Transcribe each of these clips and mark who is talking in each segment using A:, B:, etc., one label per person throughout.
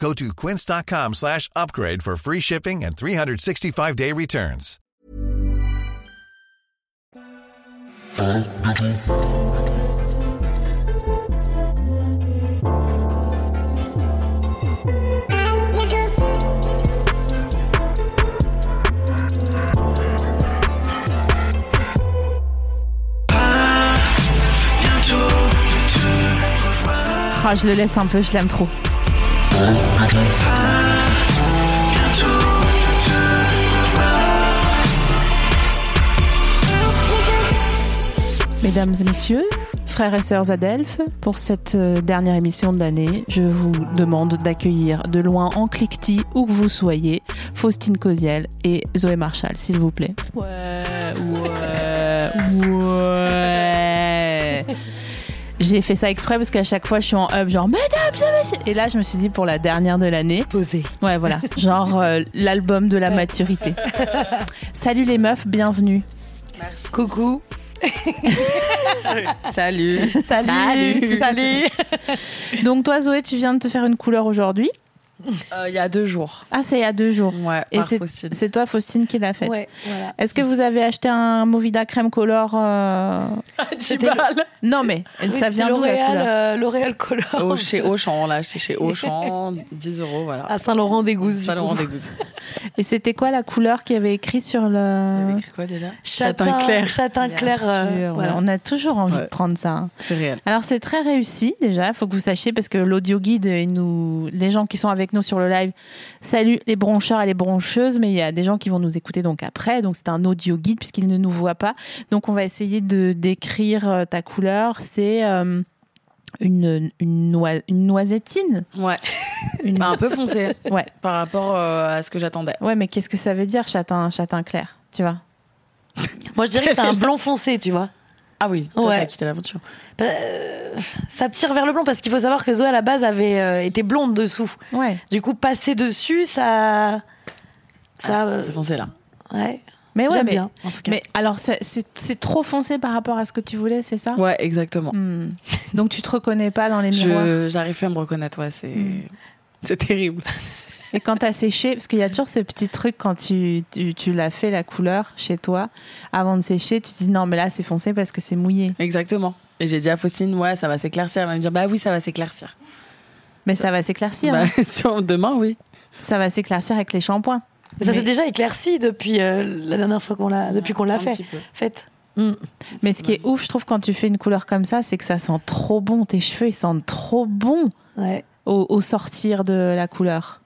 A: Go to quince.com slash upgrade for free shipping and 365-day returns.
B: Ah, je le laisse un peu, je l'aime trop. Mesdames et messieurs, frères et sœurs Adelphes, pour cette euh, dernière émission de l'année, je vous demande d'accueillir de loin en cliquetis, où que vous soyez, Faustine Cosiel et Zoé Marshall, s'il vous plaît. Ouais, ouais, ouais. J'ai fait ça exprès parce qu'à chaque fois, je suis en up, genre, mesdames et messieurs. Et là, je me suis dit, pour la dernière de l'année.
C: Posé.
B: Ouais, voilà. Genre, euh, l'album de la maturité. Salut les meufs, bienvenue.
C: Coucou.
B: Salut.
C: Salut. Salut.
B: Donc, toi, Zoé, tu viens de te faire une couleur aujourd'hui.
C: Euh, Il y a deux jours.
B: Ah, c'est il y a deux jours.
C: Ouais.
B: Et
C: par
B: c'est
C: Faustine.
B: c'est toi, Faustine, qui l'a faite.
D: Ouais, voilà.
B: Est-ce que vous avez acheté un Movida crème color euh,
D: C'était le-
B: Non, mais
D: Oui,
B: ça
D: c'était
B: vient d'où la
D: L'Oréal,
B: couleur
D: euh, L'Oréal Color.
C: Au- chez Auchan, là, chez, chez Auchan, 10 euros, voilà.
D: À Saint-Laurent-des-Gouzes. Ah, du
C: Ça, Laurent
D: coup.
C: Desgouzes.
B: Et c'était quoi la couleur qui avait écrit sur le.
C: T'avais écrit quoi déjà
D: Châtain clair. Châtain clair. euh,
B: Bien sûr,
D: voilà.
B: On a toujours envie de
C: Ouais.
B: prendre ça. hein.
C: C'est réel.
B: Alors c'est très réussi déjà, il faut que vous sachiez parce que l'audio guide, il nous... les gens qui sont avec nous sur le live, salut les broncheurs et les broncheuses, mais il y a des gens qui vont nous écouter donc après, donc c'est un audio guide puisqu'ils ne nous voient pas. Donc on va essayer de décrire euh, ta couleur, c'est euh, une, une, noi- une noisettine.
C: Ouais.
B: Une-
C: Bah, un peu foncé.
B: Ouais.
C: Par rapport euh, à ce que j'attendais.
B: Ouais mais qu'est-ce que ça veut dire châtain, châtain clair, tu vois
D: Moi, je dirais que c'est un blanc foncé, tu vois.
C: Ah oui, toi,
D: Ouais.
C: t'as quitté l'aventure.
D: Bah, euh, ça tire vers le blanc parce qu'il faut savoir que Zoé, à la base, avait euh, été blonde dessous.
B: Ouais,
D: Du coup, passer dessus, ça. Ça. euh,
C: Ah, c'est- c'est foncé, là.
D: ouais.
B: mais ouais,
D: J'aime
B: mais,
D: bien, en tout cas.
B: mais alors c'est- c'est c'est trop foncé par rapport à ce que tu voulais, c'est ça
C: Ouais, exactement.
B: Hmm. Donc tu te reconnais pas dans ah. les miroirs
C: Je- J'arrive plus à me reconnaître, ouais, c'est.
B: Mm.
C: C'est terrible.
B: Et quand t'as séché, parce qu'il y a toujours ce petit truc quand tu, tu, tu l'as fait la couleur chez toi, avant de sécher, tu te dis non mais là c'est foncé parce que c'est mouillé.
C: Exactement. Et j'ai dit à Faustine, ouais, ça va s'éclaircir. Elle va me dire, bah oui, ça va s'éclaircir.
B: Mais ça va s'éclaircir.
C: Bah,
B: hein.
C: sur- demain, oui.
B: Ça va s'éclaircir avec les shampoings.
D: Ça
B: mais-
D: s'est déjà éclairci depuis euh, la dernière fois qu'on l'a, Ah, depuis qu'on l'a
C: Ah, Un
D: fait.
C: petit peu.
D: Fait.
B: Mais ce qui est ouf, je trouve, quand tu fais une couleur comme ça, c'est que ça sent trop bon. Tes cheveux, ils sentent trop bon
D: Ouais.
B: au, au sortir de la couleur.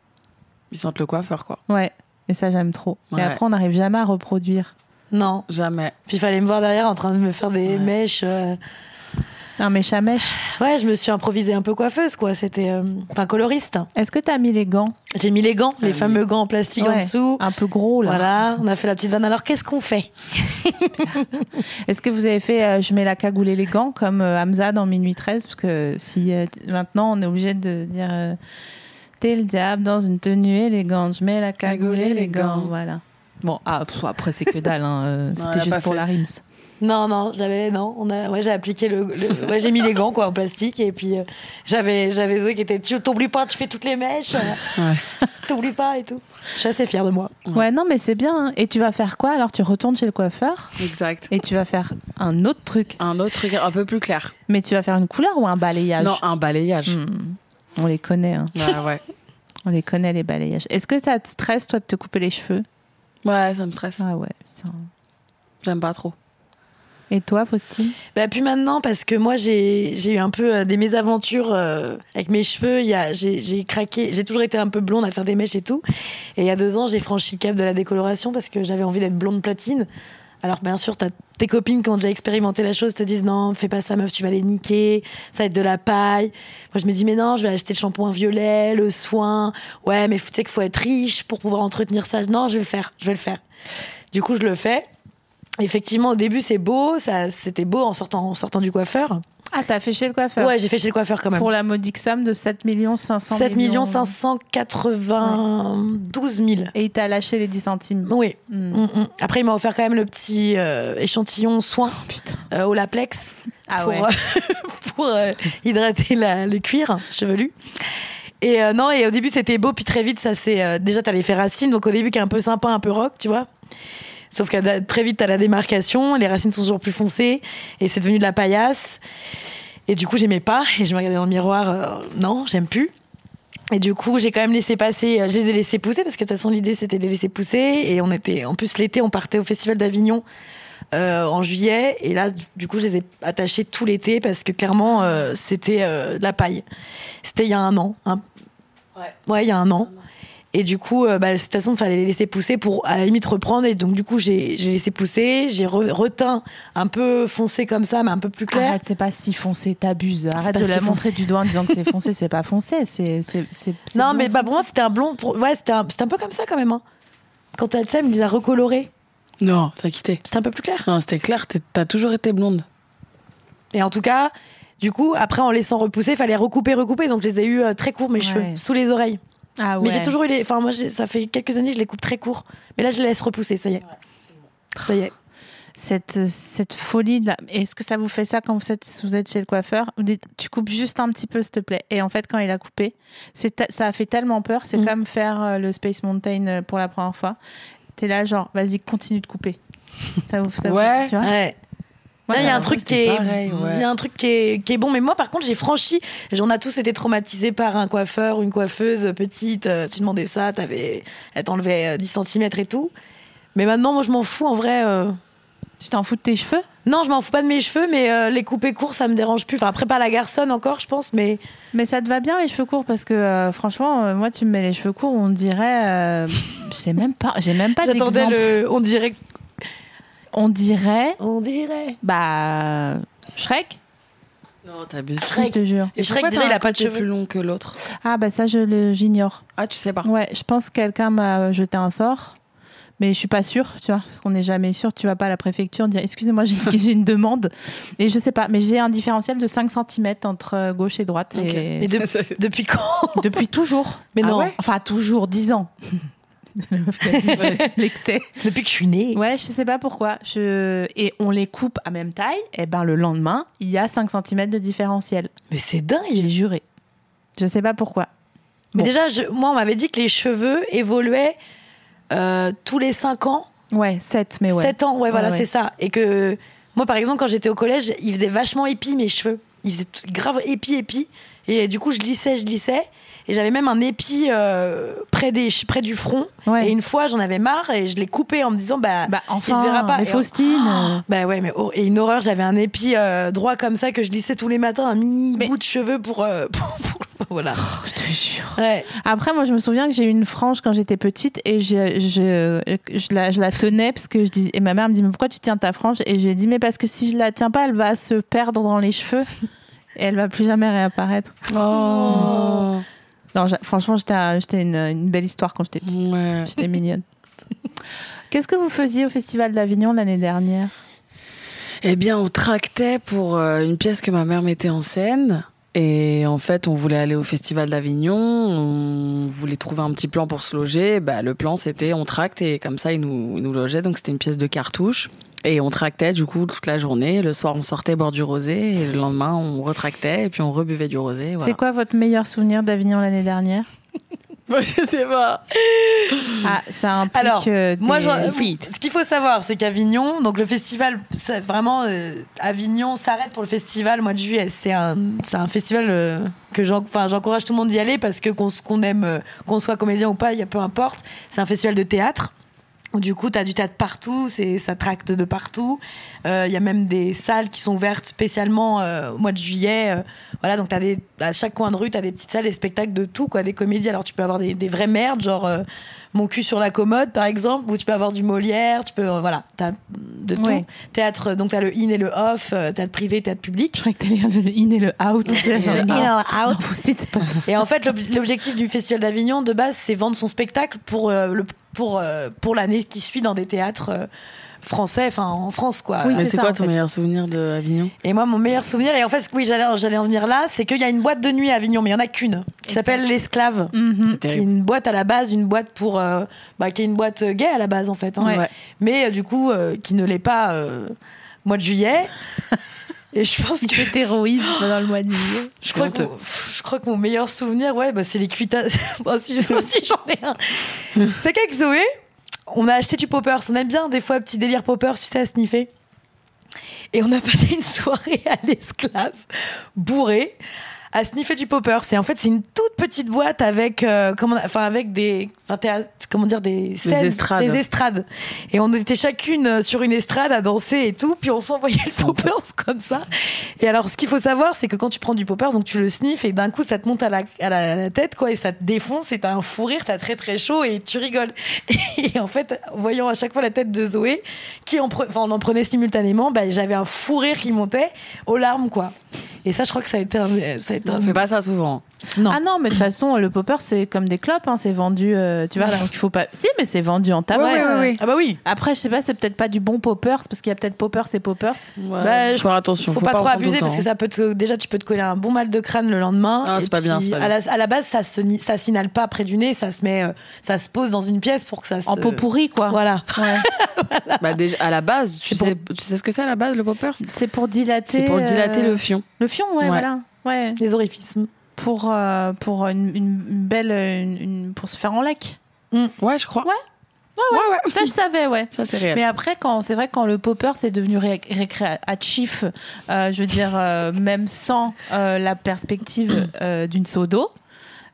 C: Ils sentent le coiffeur, quoi.
B: Ouais. Et ça, j'aime trop.
C: Ouais.
B: Et après, on n'arrive jamais à reproduire.
D: Non.
C: Jamais.
D: Puis il fallait me voir derrière en train de me faire des
C: Ouais.
D: mèches. euh,
B: Un mèche à mèche.
D: Ouais, je me suis improvisée un peu coiffeuse, quoi. C'était. euh, Enfin, coloriste.
B: Est-ce que t'as mis les gants
D: J'ai mis les gants,
C: Ah
D: les
C: oui. Ah,
D: fameux gants en plastique en
B: Ouais.
D: dessous.
B: Un peu gros, là.
D: Voilà, on a fait la petite vanne. Alors qu'est-ce qu'on fait
B: Est-ce que vous avez fait euh, Je mets la cagoule et les gants comme euh, Hamza dans Minuit 13 Parce que si euh, t- maintenant on est obligé de dire euh, T'es le diable dans une tenue élégante, je mets la cagoule et les gants. Voilà. Bon, ah, pff, après c'est que dalle, hein, euh,
C: on l'a
B: c'était juste
C: pas
B: pour
C: fait.
B: la rims.
D: Non, non, j'avais non, on a, ouais, j'ai appliqué le, le- ouais, j'ai mis les gants quoi en plastique et puis euh, j'avais, j'avais Zoé qui était, tu t'oublies pas, tu fais toutes les mèches, euh, t'oublies pas et tout. Je suis assez fière de moi.
B: Ouais. non, mais c'est bien. hein. Et tu vas faire quoi Alors tu retournes chez le coiffeur
C: Exact.
B: et tu vas faire un autre truc.
C: Un autre truc un peu plus clair.
B: Mais tu vas faire une couleur ou un balayage
C: Non, un balayage.
B: Hmm. On les connaît, hein.
C: Ouais, ouais.
B: on les connaît les balayages. Est-ce que ça te stresse toi de te couper les cheveux
C: Ouais, ça me stresse.
B: Ah ouais, putain.
C: J'aime pas trop.
B: Et toi, Faustine
D: Bah puis maintenant parce que moi j'ai, j'ai eu un peu euh, des mésaventures euh, avec mes cheveux. Il y a, j'ai, j'ai craqué, j'ai toujours été un peu blonde à faire des mèches et tout. Et il y a deux ans j'ai franchi le cap de la décoloration parce que j'avais envie d'être blonde platine. Alors bien sûr t'as tes copines qui ont déjà expérimenté la chose te disent non, fais pas ça meuf, tu vas les niquer, ça va être de la paille. Moi je me dis mais non, je vais acheter le shampoing violet, le soin. Ouais, mais tu sais qu'il faut être riche pour pouvoir entretenir ça. Non, je vais le faire, je vais le faire. Du coup, je le fais. Effectivement, au début, c'est beau, ça c'était beau en sortant en sortant du coiffeur.
B: Ah, t'as fait chez le coiffeur
D: Ouais, j'ai fait chez le coiffeur quand même.
B: Pour la modique somme de 7 500
D: 7 592 000.
B: Et il t'a lâché les 10 centimes.
D: Oui.
B: Mm.
D: Mm, mm. Après, il m'a offert quand même le petit euh, échantillon soin euh, au laplex
B: Ah
D: pour, euh,
B: ouais.
D: pour, euh, hydrater la- le cuir chevelu. Et euh, non, et au début c'était beau, puis très vite ça c'est déjà t'as l'effet racine, donc au début qui est un peu sympa, un peu rock, tu vois. Sauf que très vite t'as la démarcation, les racines sont toujours plus foncées, et c'est devenu de la paillasse. Et du coup j'aimais pas, et je me regardais dans le miroir, euh, non, j'aime plus. Et du coup, j'ai quand même laissé passer, euh, je les ai laissés pousser parce que de toute façon, l'idée c'était de les laisser pousser. Et on était, en plus, l'été, on partait au Festival d'Avignon euh, en juillet. Et là, du- du coup, je les ai attachés tout l'été parce que clairement, euh, c'était euh, de la paille. C'était il y a un an. hein. Ouais, il y a un an. Et du coup, euh, bah, de toute façon, il fallait les laisser pousser pour à la limite reprendre. Et donc, du coup, j'ai j'ai laissé pousser. J'ai re- reteint un peu foncé comme ça, mais un peu plus clair.
B: Arrête, c'est pas si foncé, t'abuses. Arrête
D: pas
B: de
D: si
B: la
D: foncé.
B: montrer du doigt en disant que c'est foncé, c'est pas foncé. C'est, c'est, c'est, c'est
D: Non,
B: blond
D: mais bah, pour
B: foncé.
D: moi, c'était un blond. pour- Ouais, c'était un, c'était un peu comme ça quand même. hein. Quand t'as ça, il me les a recolorés.
C: Non, t'as quitté.
D: C'était un peu plus clair.
C: Non, c'était clair, t'es- t'as toujours été blonde.
D: Et en tout cas, du coup, après, en laissant repousser, il fallait recouper, recouper. Donc, je les ai eu euh, très courts, mes
B: Ouais.
D: cheveux, sous les oreilles.
B: Ah
D: Mais
B: ouais.
D: j'ai toujours eu les. Enfin, moi, j'ai- ça fait quelques années, je les coupe très courts. Mais là, je les laisse repousser, ça y est. Ça y est.
B: Cette, cette folie là. Est-ce que ça vous fait ça quand vous êtes, vous êtes chez le coiffeur Vous dites, tu coupes juste un petit peu, s'il te plaît. Et en fait, quand il a coupé, c'est ta- ça a fait tellement peur. C'est
D: Mm.
B: comme faire euh, le Space Mountain euh, pour la première fois. T'es là, genre, vas-y, continue de couper. Ça vous ça vous-
C: Ouais.
B: tu vois
D: Ouais.
B: Moi,
D: Là, il y a
B: ça-
D: un truc qui
C: c'est
D: est,
C: pareil, ouais.
D: il y a un truc qui est, qui est bon. Mais moi, par contre, j'ai franchi. On a tous été traumatisés par un coiffeur ou une coiffeuse petite. euh, Tu demandais ça, t'avais, elle t'enlevait euh, 10 cm et tout. Mais maintenant, moi, je m'en fous en vrai. euh,
B: Tu t'en fous de tes cheveux
D: Non, je m'en fous pas de mes cheveux, mais euh, les couper courts, ça me dérange plus. Enfin, après, pas la garçonne encore, je pense, mais
B: Mais ça te va bien les cheveux courts parce que euh, franchement, euh, moi tu me mets les cheveux courts, on dirait, euh, je sais même pas, j'ai même pas
D: j'attendais
B: d'exemple.
D: le. On dirait.
B: On dirait,
D: On dirait.
B: bah Shrek,
C: Non, t'abuses.
B: je te jure.
D: Et
C: Et
D: je
C: je
D: crois que
C: déjà, il a pas de cheveux plus long que l'autre.
B: Ah bah ça je le- j'ignore.
C: Ah, tu sais pas.
B: Ouais, je pense que quelqu'un m'a jeté un sort, mais je suis pas sûre, tu vois, parce qu'on n'est jamais sûr. Tu vas pas à la préfecture dire, excusez-moi, j'ai j'ai une demande, et je sais pas, mais j'ai un différentiel de 5 cm entre euh, gauche et droite,
C: Ok.
B: et,
D: Et de- depuis quand
B: depuis toujours. Ah
D: Mais non.
B: Enfin toujours, 10 ans. La meuf qui abuse, L'excès.
D: Depuis que je suis née.
B: Ouais, je sais pas pourquoi. Je... Et on les coupe à même taille, et ben le lendemain, il y a 5 cm de différentiel.
D: Mais c'est dingue.
B: J'ai juré. Je sais pas pourquoi.
D: Mais
B: Bon.
D: déjà, je- moi, on m'avait dit que les cheveux évoluaient euh, tous les 5 ans.
B: Ouais, 7, mais ouais.
D: 7 ans, ouais, voilà,
B: ouais.
D: c'est ça. Et que moi, par exemple, quand j'étais au collège, ils faisaient vachement épi mes cheveux. Ils faisaient tout- grave épi, épi. Et du coup, je lissais, je lissais. Et j'avais même un épi euh, près, des, près du front.
B: Ouais.
D: Et une fois, j'en avais marre et je l'ai coupé en me disant, bah,
B: Bah enfin,
D: verra pas.
B: mais
D: Et-
B: Faustine. euh,
D: bah ouais, mais oh, et une horreur, j'avais un épi euh, droit comme ça que je lissais tous les matins, un mini
B: Mais- Oh,
D: bout de cheveux pour. euh, pour- pour- voilà.
B: je te jure.
D: Ouais.
B: Après, moi, je me souviens que j'ai eu une frange quand j'étais petite et je, je, je, la, je la tenais parce que je dis. Et ma mère me dit Mais pourquoi tu tiens ta frange Et je lui ai dit Mais parce que si je la tiens pas, elle va se perdre dans les cheveux et elle va plus jamais réapparaître.
C: Oh.
B: Non, j'a- franchement, j'étais un- j'étais une, une belle histoire quand j'étais petite.
C: Ouais.
B: J'étais mignonne. Qu'est-ce que vous faisiez au Festival d'Avignon l'année dernière
C: Eh bien, on tractait pour euh, une pièce que ma mère mettait en scène. Et en fait, on voulait aller au Festival d'Avignon, on voulait trouver un petit plan pour se loger. Bah, le plan, c'était on tracte et comme ça, ils nous, ils nous logeaient. Donc, c'était une pièce de cartouche. Et on tractait du coup toute la journée. Le soir, on sortait boire du rosé. Et le lendemain, on retractait et puis on rebuvait du rosé. Voilà.
B: C'est quoi votre meilleur souvenir d'Avignon l'année dernière
C: Moi, je sais pas. Hmm.
B: Ah, ça implique.
D: Alors,
B: euh,
D: Moi,
B: des-
D: j'en-
C: Oui.
D: ce qu'il faut savoir, c'est qu'Avignon, donc le festival, ça- vraiment, euh, Avignon s'arrête pour le festival au mois de juillet. C'est un, c'est un festival euh, que j'en- enfin, j'encourage tout le monde d'y aller parce que qu'on s- qu'on aime, euh, qu'on soit comédien ou pas, il y a peu importe. C'est un festival de théâtre. où Du coup, tu as du théâtre partout, c'est- ça tracte de partout. Euh, Il y a même des salles qui sont ouvertes spécialement euh, au mois de juillet. euh, voilà, donc as des, à chaque coin de rue, tu as des petites salles, des spectacles de tout, quoi, des comédies. Alors tu peux avoir des, des vraies merdes, genre euh, Mon cul sur la commode, par exemple, où tu peux avoir du Molière, tu peux. euh, voilà, t'as de tout.
B: Ouais.
D: Théâtre, donc t'as le in et le off, euh, théâtre privé, théâtre
B: Je
D: public.
B: croyais que t'allais dire le in et le out.
D: Le in
B: Non.
D: and out.
B: Non, Faustine, c'est pas ça.
D: Et en fait, l'ob- l'objectif du Festival d'Avignon, de base, c'est vendre son spectacle pour, euh, le- pour, euh, pour l'année qui suit dans des théâtres euh, français, enfin en France, quoi.
B: Oui,
D: Euh,
B: c'est
C: Mais c'est
B: ça,
C: quoi
B: en
C: ton
B: fait.
C: meilleur souvenir de Avignon
D: Et moi, mon meilleur souvenir, et en fait, oui, j'allais j'allais en venir là, c'est qu'il y a une boîte de nuit à Avignon, mais il n'y en a qu'une, qui s'appelle L'Esclave,
B: Mhm.
D: qui est une boîte à la base, une boîte pour. euh, bah, qui est une boîte euh, gay à la base, en fait. hein.
B: Ouais.
D: Mais euh, du coup, euh, qui ne l'est pas euh, au mois de juillet. et je pense
B: Il
D: que.
B: fait terrorisme dans le mois de juillet.
D: Je crois, que
C: honteux.
D: mon, je crois que mon meilleur souvenir, ouais, bah, c'est les cuitasses. Moi aussi, je- moi aussi, j'en ai un. C'est qu'avec Zoé, on a acheté du poppers. On aime bien des fois petit délire poppers, tu sais, à sniffer. Et on a passé une soirée à l'esclave, bourré, à sniffer du poppers. Et en fait, c'est une toute petite boîte avec, euh, comment, enfin, avec des, enfin, t'es à- comment dire, des scènes,
C: estrades.
D: des estrades. Et on était chacune euh, sur une estrade à danser et tout. Puis on s'envoyait le poppers comme ça. Et alors, ce qu'il faut savoir, c'est que quand tu prends du popper, donc tu le sniffes et d'un coup, ça te monte à la, à la- à la tête, quoi, et ça te défonce et t'as un fou rire, t'as très très chaud et tu rigoles. Et en fait, voyant à chaque fois la tête de Zoé, qui en pre- enfin, on en prenait simultanément, bah, j'avais un fou rire qui montait aux larmes, quoi. Et ça, je crois que ça a été un. euh, Ça a été
C: On
D: un-
C: fait pas ça souvent. Non.
B: Ah non, mais de toute façon, le popper, c'est comme des clopes, hein, c'est vendu, euh, tu vois, donc il faut pas. Si, mais c'est vendu en tabac.
C: Ouais, ouais, ouais, ouais.
D: Ah bah oui!
B: Après, je sais pas, c'est peut-être pas du bon popper, c'est parce qu'il y a peut-être popper et poppers.
D: Bah,
C: faut faire attention.
D: Faut, pas, trop
C: en prendre
D: abuser
C: autant,
D: parce que
C: hein.
D: ça peut te- déjà tu peux te coller un bon mal de crâne le lendemain.
C: Ah, c'est
D: Et
C: pas bien,
D: puis,
C: c'est pas
D: À la, à la base, ça se ni- ça signale pas près du nez, ça se met, euh, ça se pose dans une pièce pour que ça se.
B: En pot pourri, quoi.
D: Voilà.
B: Ouais.
C: Bah, déjà, à la base, tu
D: C'est
C: sais, tu sais ce que c'est à la base le poppers
B: C'est pour dilater.
C: C'est pour dilater
B: euh,
C: le fion.
B: le fion, ouais,
C: Ouais.
B: voilà. Ouais.
D: Les orifices.
B: Pour, euh, pour une, une- une belle. euh, une- une- pour se faire en lac.
C: Ouais, je crois.
B: Ouais.
C: Ouais, ouais.
B: Ça, je savais, ouais.
C: Ça, c'est réel.
B: Mais après, quand c'est vrai quand le popper c'est devenu ré- récréatif, euh, je veux dire euh, même sans euh, la perspective euh, d'une seau d'eau.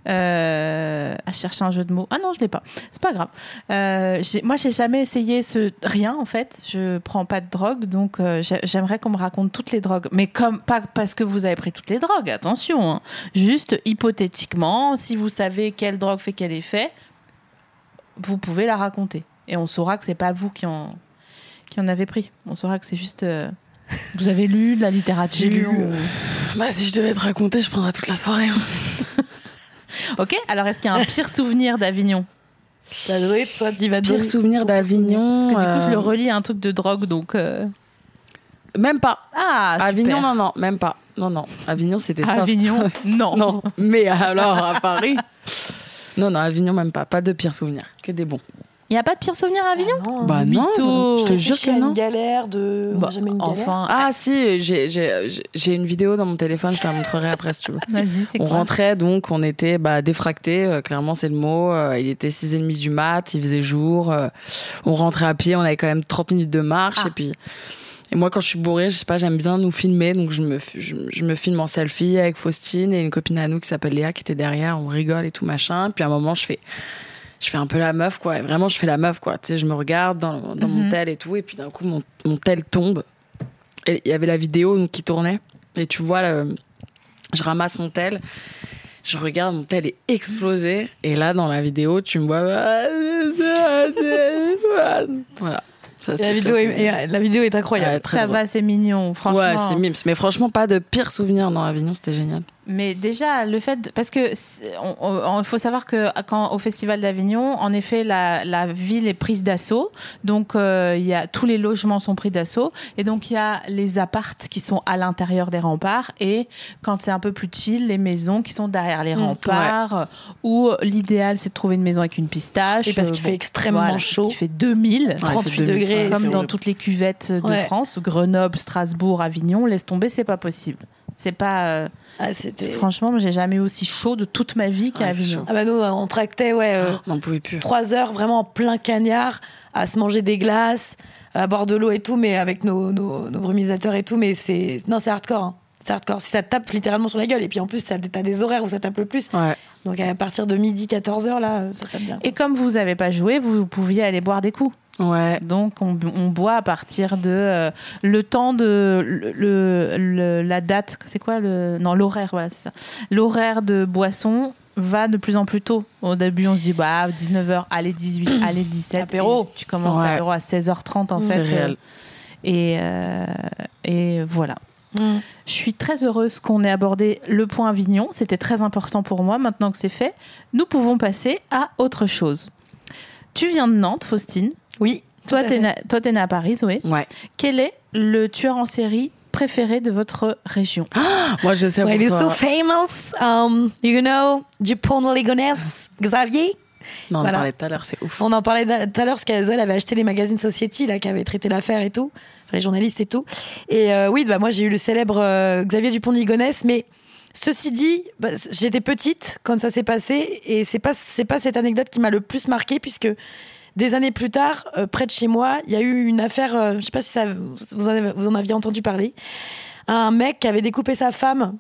B: Euh, à chercher un jeu de mots. Ah non, je l'ai pas. C'est pas grave. Euh, j'ai- moi, j'ai jamais essayé ce rien en fait. Je prends pas de drogue, donc euh, j'ai- j'aimerais qu'on me raconte toutes les drogues. Mais comme pas parce que vous avez pris toutes les drogues. Attention. hein. Juste hypothétiquement, si vous savez quelle drogue fait quel effet, vous pouvez la raconter. Et on saura que c'est pas vous qui en, qui en avez pris. On saura que c'est juste. euh, vous avez lu de la littérature.
C: J'ai lu,
B: ou-
C: Bah, si je devais te raconter, je prendrais toute la soirée. hein.
B: Ok, alors est-ce qu'il y a un pire souvenir d'Avignon
D: T'as joué, toi, tu vas
C: Pire
D: donner
C: souvenir
D: ton pire souvenir.
C: d'Avignon.
B: Parce que du coup, je le
C: euh,
B: relis à un truc de drogue, donc. euh,
C: Même pas.
B: Ah, super.
C: Avignon, non, non, même pas. Non, non. Avignon, c'était ça.
B: Avignon, non.
C: Non. Mais alors, à Paris Non, non, Avignon, même pas. Pas de pire souvenir. Que des bons.
B: Il n'y a pas de pire souvenir à Avignon
D: Non,
C: Bah, non.
B: mytho.
C: Je te jure que non.
D: une galère de. on a
B: Bah,
D: jamais une galère.
B: Enfin,
C: Ah, si, j'ai- j'ai j'ai une vidéo dans mon téléphone, je te la montrerai après si tu veux.
B: vas-y, c'est
C: On
B: quoi
C: rentrait donc, on était bah, défractés, euh, clairement c'est le mot. euh, il était 6h30 du mat, il faisait jour. euh, on rentrait à pied, on avait quand même 30 minutes de marche.
B: Ah.
C: Et puis, et moi quand je suis bourrée, je sais pas, j'aime bien nous filmer. Donc je me, f- je, me- je me filme en selfie avec Faustine et une copine à nous qui s'appelle Léa qui était derrière. On rigole et tout machin. Puis à un moment, je fais. Je fais un peu la meuf, quoi. Et vraiment, je fais la meuf, quoi. Tu sais, je me regarde dans, dans
B: Mhm.
C: mon tel et tout. Et puis d'un coup, mon, mon tel tombe. Et il y avait la vidéo donc, qui tournait. Et tu vois, le- je ramasse mon tel. Je regarde, mon tel est explosé. Et là, dans la vidéo, tu me vois. voilà. Ça,
D: Et la,
C: c'était
D: vidéo
C: le
D: est,
C: souvenir.
D: et la vidéo est
C: Ouais,
D: incroyable.
C: très
B: Ça
C: drôle.
B: va, c'est mignon, franchement.
C: Ouais,
D: hein.
C: c'est mimes. Mais franchement, pas de pire souvenir dans Avignon, c'était génial.
B: Mais déjà, le fait. de- Parce que c'est- on- on- il faut savoir que quand, au Festival d'Avignon, en effet, la, la ville est prise d'assaut. Donc, euh, il y a, tous les logements sont pris d'assaut. Et donc, il y a les appartes qui sont à l'intérieur des remparts. Et quand c'est un peu plus chill, les maisons qui sont derrière les
D: Mmh,
C: ouais.
B: remparts. euh, Où l'idéal, c'est de trouver une maison avec une pistache.
D: Et parce
B: euh,
D: qu'il
B: bon,
D: fait extrêmement
B: voilà, parce
D: chaud.
B: qu'il fait 2000.
C: Ouais,
D: 38
C: il fait
D: degrés.
C: demi-
B: Comme
D: c'est
B: dans
D: horrible.
B: toutes les cuvettes de
D: Ouais.
B: France, Grenoble, Strasbourg, Avignon, laisse tomber, c'est pas possible. C'est pas. euh,
D: Ah, c'était.
B: Franchement, moi, j'ai jamais eu aussi chaud de toute ma vie qu'à
C: Ouais,
B: Avignon.
D: Ah bah nous, on tractait, ouais, euh,
C: On n'en pouvait plus.
D: trois heures vraiment en plein cagnard, à se manger des glaces, à boire de l'eau et tout, mais avec nos, nos, nos brumisateurs et tout. Mais c'est. Non, c'est hardcore. hein. C'est hardcore. Si ça te tape littéralement sur la gueule. Et puis en plus, ça- t'as des horaires où ça tape le plus.
C: Ouais.
D: Donc à partir de midi, 14h, là, ça tape bien.
B: Et comme vous n'avez pas joué, vous pouviez aller boire des coups.
C: Ouais.
B: Donc, on, on boit à partir de euh, le temps de le, le- le- la date. C'est quoi le non l'horaire voilà, c'est ça. L'horaire de boisson va de plus en plus tôt. Au début, on se dit, bah, 19h, allez 18, allez 17.
D: Apéro.
B: Et Tu commences
C: Ouais.
B: l'apéro à 16h30, en
C: C'est
B: fait.
C: réel.
B: Et, euh, et voilà. Je suis très heureuse qu'on ait abordé le point Avignon. C'était très important pour moi. Maintenant que c'est fait, nous pouvons passer à autre chose. Tu viens de Nantes, Faustine.
D: Oui.
B: Toi,
D: à
B: t'es
D: fait.
B: na- toi, t'es née à Paris, Zoé.
C: Ouais.
B: Quel est le tueur en série préféré de votre région
D: Ah,
C: Moi, je sais
D: Well,
C: pour
D: he's so
C: toi.
D: famous. Um, you know, Dupont de Ligonnès, Xavier.
C: Mais on en
D: Voilà.
C: parlait tout à l'heure, c'est ouf.
D: On en parlait d'a- tout à l'heure, parce qu'elle avait acheté les magazines Society, là, qui avait traité l'affaire et tout, enfin, les journalistes et tout. Et euh, oui, bah, moi, j'ai eu le célèbre euh, Xavier Dupont de Ligonnès, mais ceci dit, bah, c- j'étais petite quand ça s'est passé, et c'est pas, c'est pas cette anecdote qui m'a le plus marquée, puisque des années plus tard, euh, près de chez moi, il y a eu une affaire, euh, je sais pas si ça, vous, en avez- vous en aviez entendu parler, un mec qui avait découpé sa femme.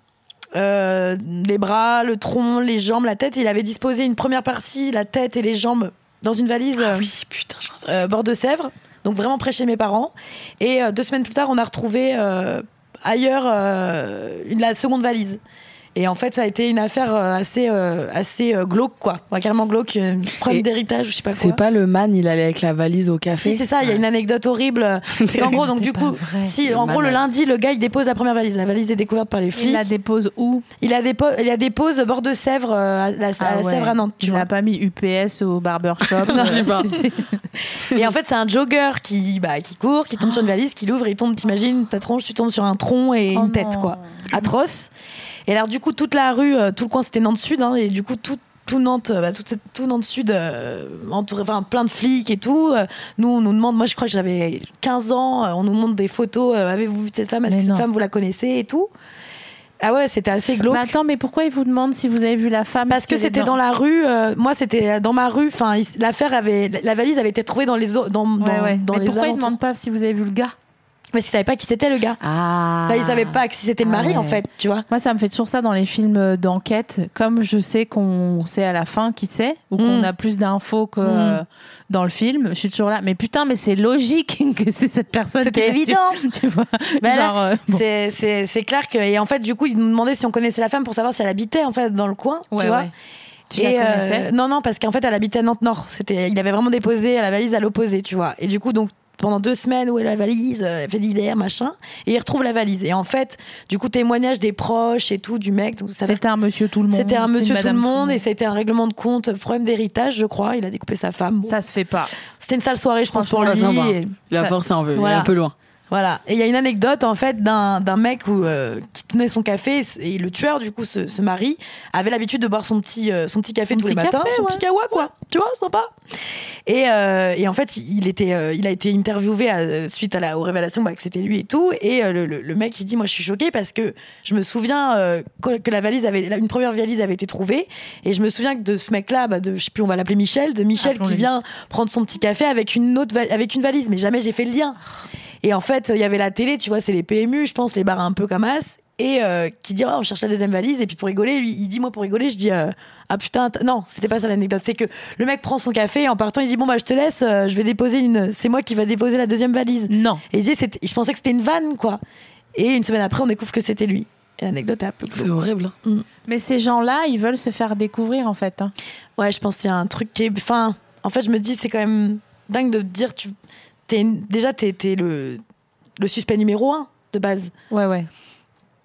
D: euh, les bras, le tronc, les jambes, la tête. et Il avait disposé une première partie, la tête et les jambes, dans une valise. euh,
C: Ah Oui, putain, j'en sais.
D: euh, bord de Sèvres, donc vraiment près chez mes parents. Et euh, deux semaines plus tard, on a retrouvé euh, ailleurs euh, une- la seconde valise. Et en fait, ça a été une affaire euh, assez, euh, assez euh, glauque, quoi. Enfin, carrément glauque, euh, une
C: Et
D: preuve d'héritage, ou je sais pas quoi.
C: C'est pas le man, il allait avec la valise au café.
D: Si, c'est ça, il y a une anecdote horrible. C'est qu'en gros, donc
B: C'est
D: du
B: pas
D: coup,
B: vrai.
D: si,
C: Le
D: en gros, le
C: malade.
D: lundi, le gars, il dépose la première valise. La valise est découverte par les
B: Il
D: flics.
B: la dépose où Ah
D: Il a, dépo- il la dépose bord de Sèvres, euh, à la, à la Sèvres à Nantes, tu
B: Il
D: vois.
B: n'a pas mis UPS au barbershop.
C: Non, j'ai
B: euh,
C: pas.
B: tu sais.
D: Et en fait, c'est un jogger qui, bah, qui court, qui tombe sur une valise, qui l'ouvre, il tombe, t'imagines, ta tronche, tu tombes sur un tronc et
B: Oh
D: une tête,
B: non.
D: quoi. Atroce. Et alors, du coup, toute la rue, euh, tout le coin, c'était Nantes-Sud, hein, et du coup, tout. Tout Nantes, euh, bah, tout, cette- tout Nantes Sud, euh, entouré, enfin plein de flics et tout. Euh, Nous, on nous demande, moi je crois que j'avais 15 ans, euh, on nous montre des photos. euh, Avez-vous vu cette femme Est-ce
B: Mais
D: que
B: non.
D: cette femme, vous la connaissez et tout Ah ouais, c'était assez glauque.
B: Mais Bah, attends, mais pourquoi il vous demande si vous avez vu la femme
D: Parce que c'était dans la rue. euh, moi, c'était dans ma rue. Enfin, il- l'affaire avait, la valise avait été trouvée dans les eaux- dans, dans, dans
B: mais
D: les
B: pourquoi il ne
D: alentours.
B: demande pas si vous avez vu le gars
D: Mais ils savaient pas qui c'était le gars.
B: Ah
D: Enfin, Bah, ils savaient pas que si c'était le mari
B: Ah ouais.
D: en fait, tu vois.
B: Moi, ça me fait toujours ça dans les films d'enquête. Comme je sais qu'on sait à la fin qui c'est, ou qu'on
D: Mm.
B: a plus d'infos que euh, dans le film, je suis toujours là. Mais putain, mais c'est logique que c'est cette personne.
D: C'était
B: qui l'a tué. Tu vois
D: Bah là,
B: Genre, euh, bon.
D: C'est- C'est c'est clair que et en fait du coup ils nous demandaient si on connaissait la femme pour savoir si elle habitait en fait dans le coin,
B: Ouais,
D: tu vois.
B: ouais. Tu
D: Et,
B: la
D: euh,
B: connaissais
D: Non non parce qu'en fait elle habitait à Nantes Nord. C'était il avait vraiment déposé la valise à l'opposé, tu vois. Et du coup donc pendant deux semaines où est la valise, euh, elle fait l'hiver machin, et il retrouve la valise. Et en fait du coup témoignage des proches et tout du mec. Donc ça
B: C'était un monsieur tout le monde.
D: C'était un
B: une
D: monsieur tout le
B: madame
D: monde et c'était un règlement de compte, problème d'héritage, je crois. Il a découpé sa femme. Bon,
B: Ça se fait pas.
D: C'était une sale soirée, je pense, pour
C: Franchement,
D: lui.
C: pas sympa.
D: et-
C: La force, hein, c'est un peu,
D: Voilà.
C: un peu loin.
D: voilà. Et il y a une anecdote en fait d'un d'un mec où, euh, qui tenait son café et, et le tueur du coup, ce, ce mari, avait l'habitude de boire son petit euh, son petit café
B: Son
D: tous les
B: petit
D: matins,
B: café,
D: son
B: ouais.
D: petit kawa quoi. Tu vois, sympa. Et, euh, et en fait, il était euh, il a été interviewé à- suite à la aux révélations bah, que c'était lui et tout. Et euh, le, le- le mec il dit moi je suis choqué parce que je me souviens euh, que que la valise avait la- une première valise avait été trouvée et je me souviens que de ce mec là, bah, de je sais plus on va l'appeler Michel, de Michel qui
B: Appelons-le
D: vient prendre son petit café avec une autre val- avec une valise mais jamais j'ai fait le lien et en fait il y avait la télé tu vois c'est les PMU je pense les bars un peu comme as et euh, qui dit Ah, on cherche la deuxième valise et puis pour rigoler lui il dit moi pour rigoler je dis euh, ah putain t- non c'était pas ça l'anecdote c'est que le mec prend son café et en partant il dit bon bah je te laisse euh, je vais déposer une c'est moi qui va déposer la deuxième valise
B: Non.
D: et il dit C'était- je pensais que c'était une vanne quoi et une semaine après on découvre que c'était lui et l'anecdote est un peu
C: C'est
D: glauque.
C: horrible. hein.
B: Mais ces gens-là, ils veulent se faire découvrir en fait. hein.
D: Ouais, je pense qu'il y a un truc qui est. Enfin, en fait, je me dis, c'est quand même dingue de te dire, tu. T'es, déjà, t'es, t'es le, le suspect numéro un de base.
B: Ouais, ouais.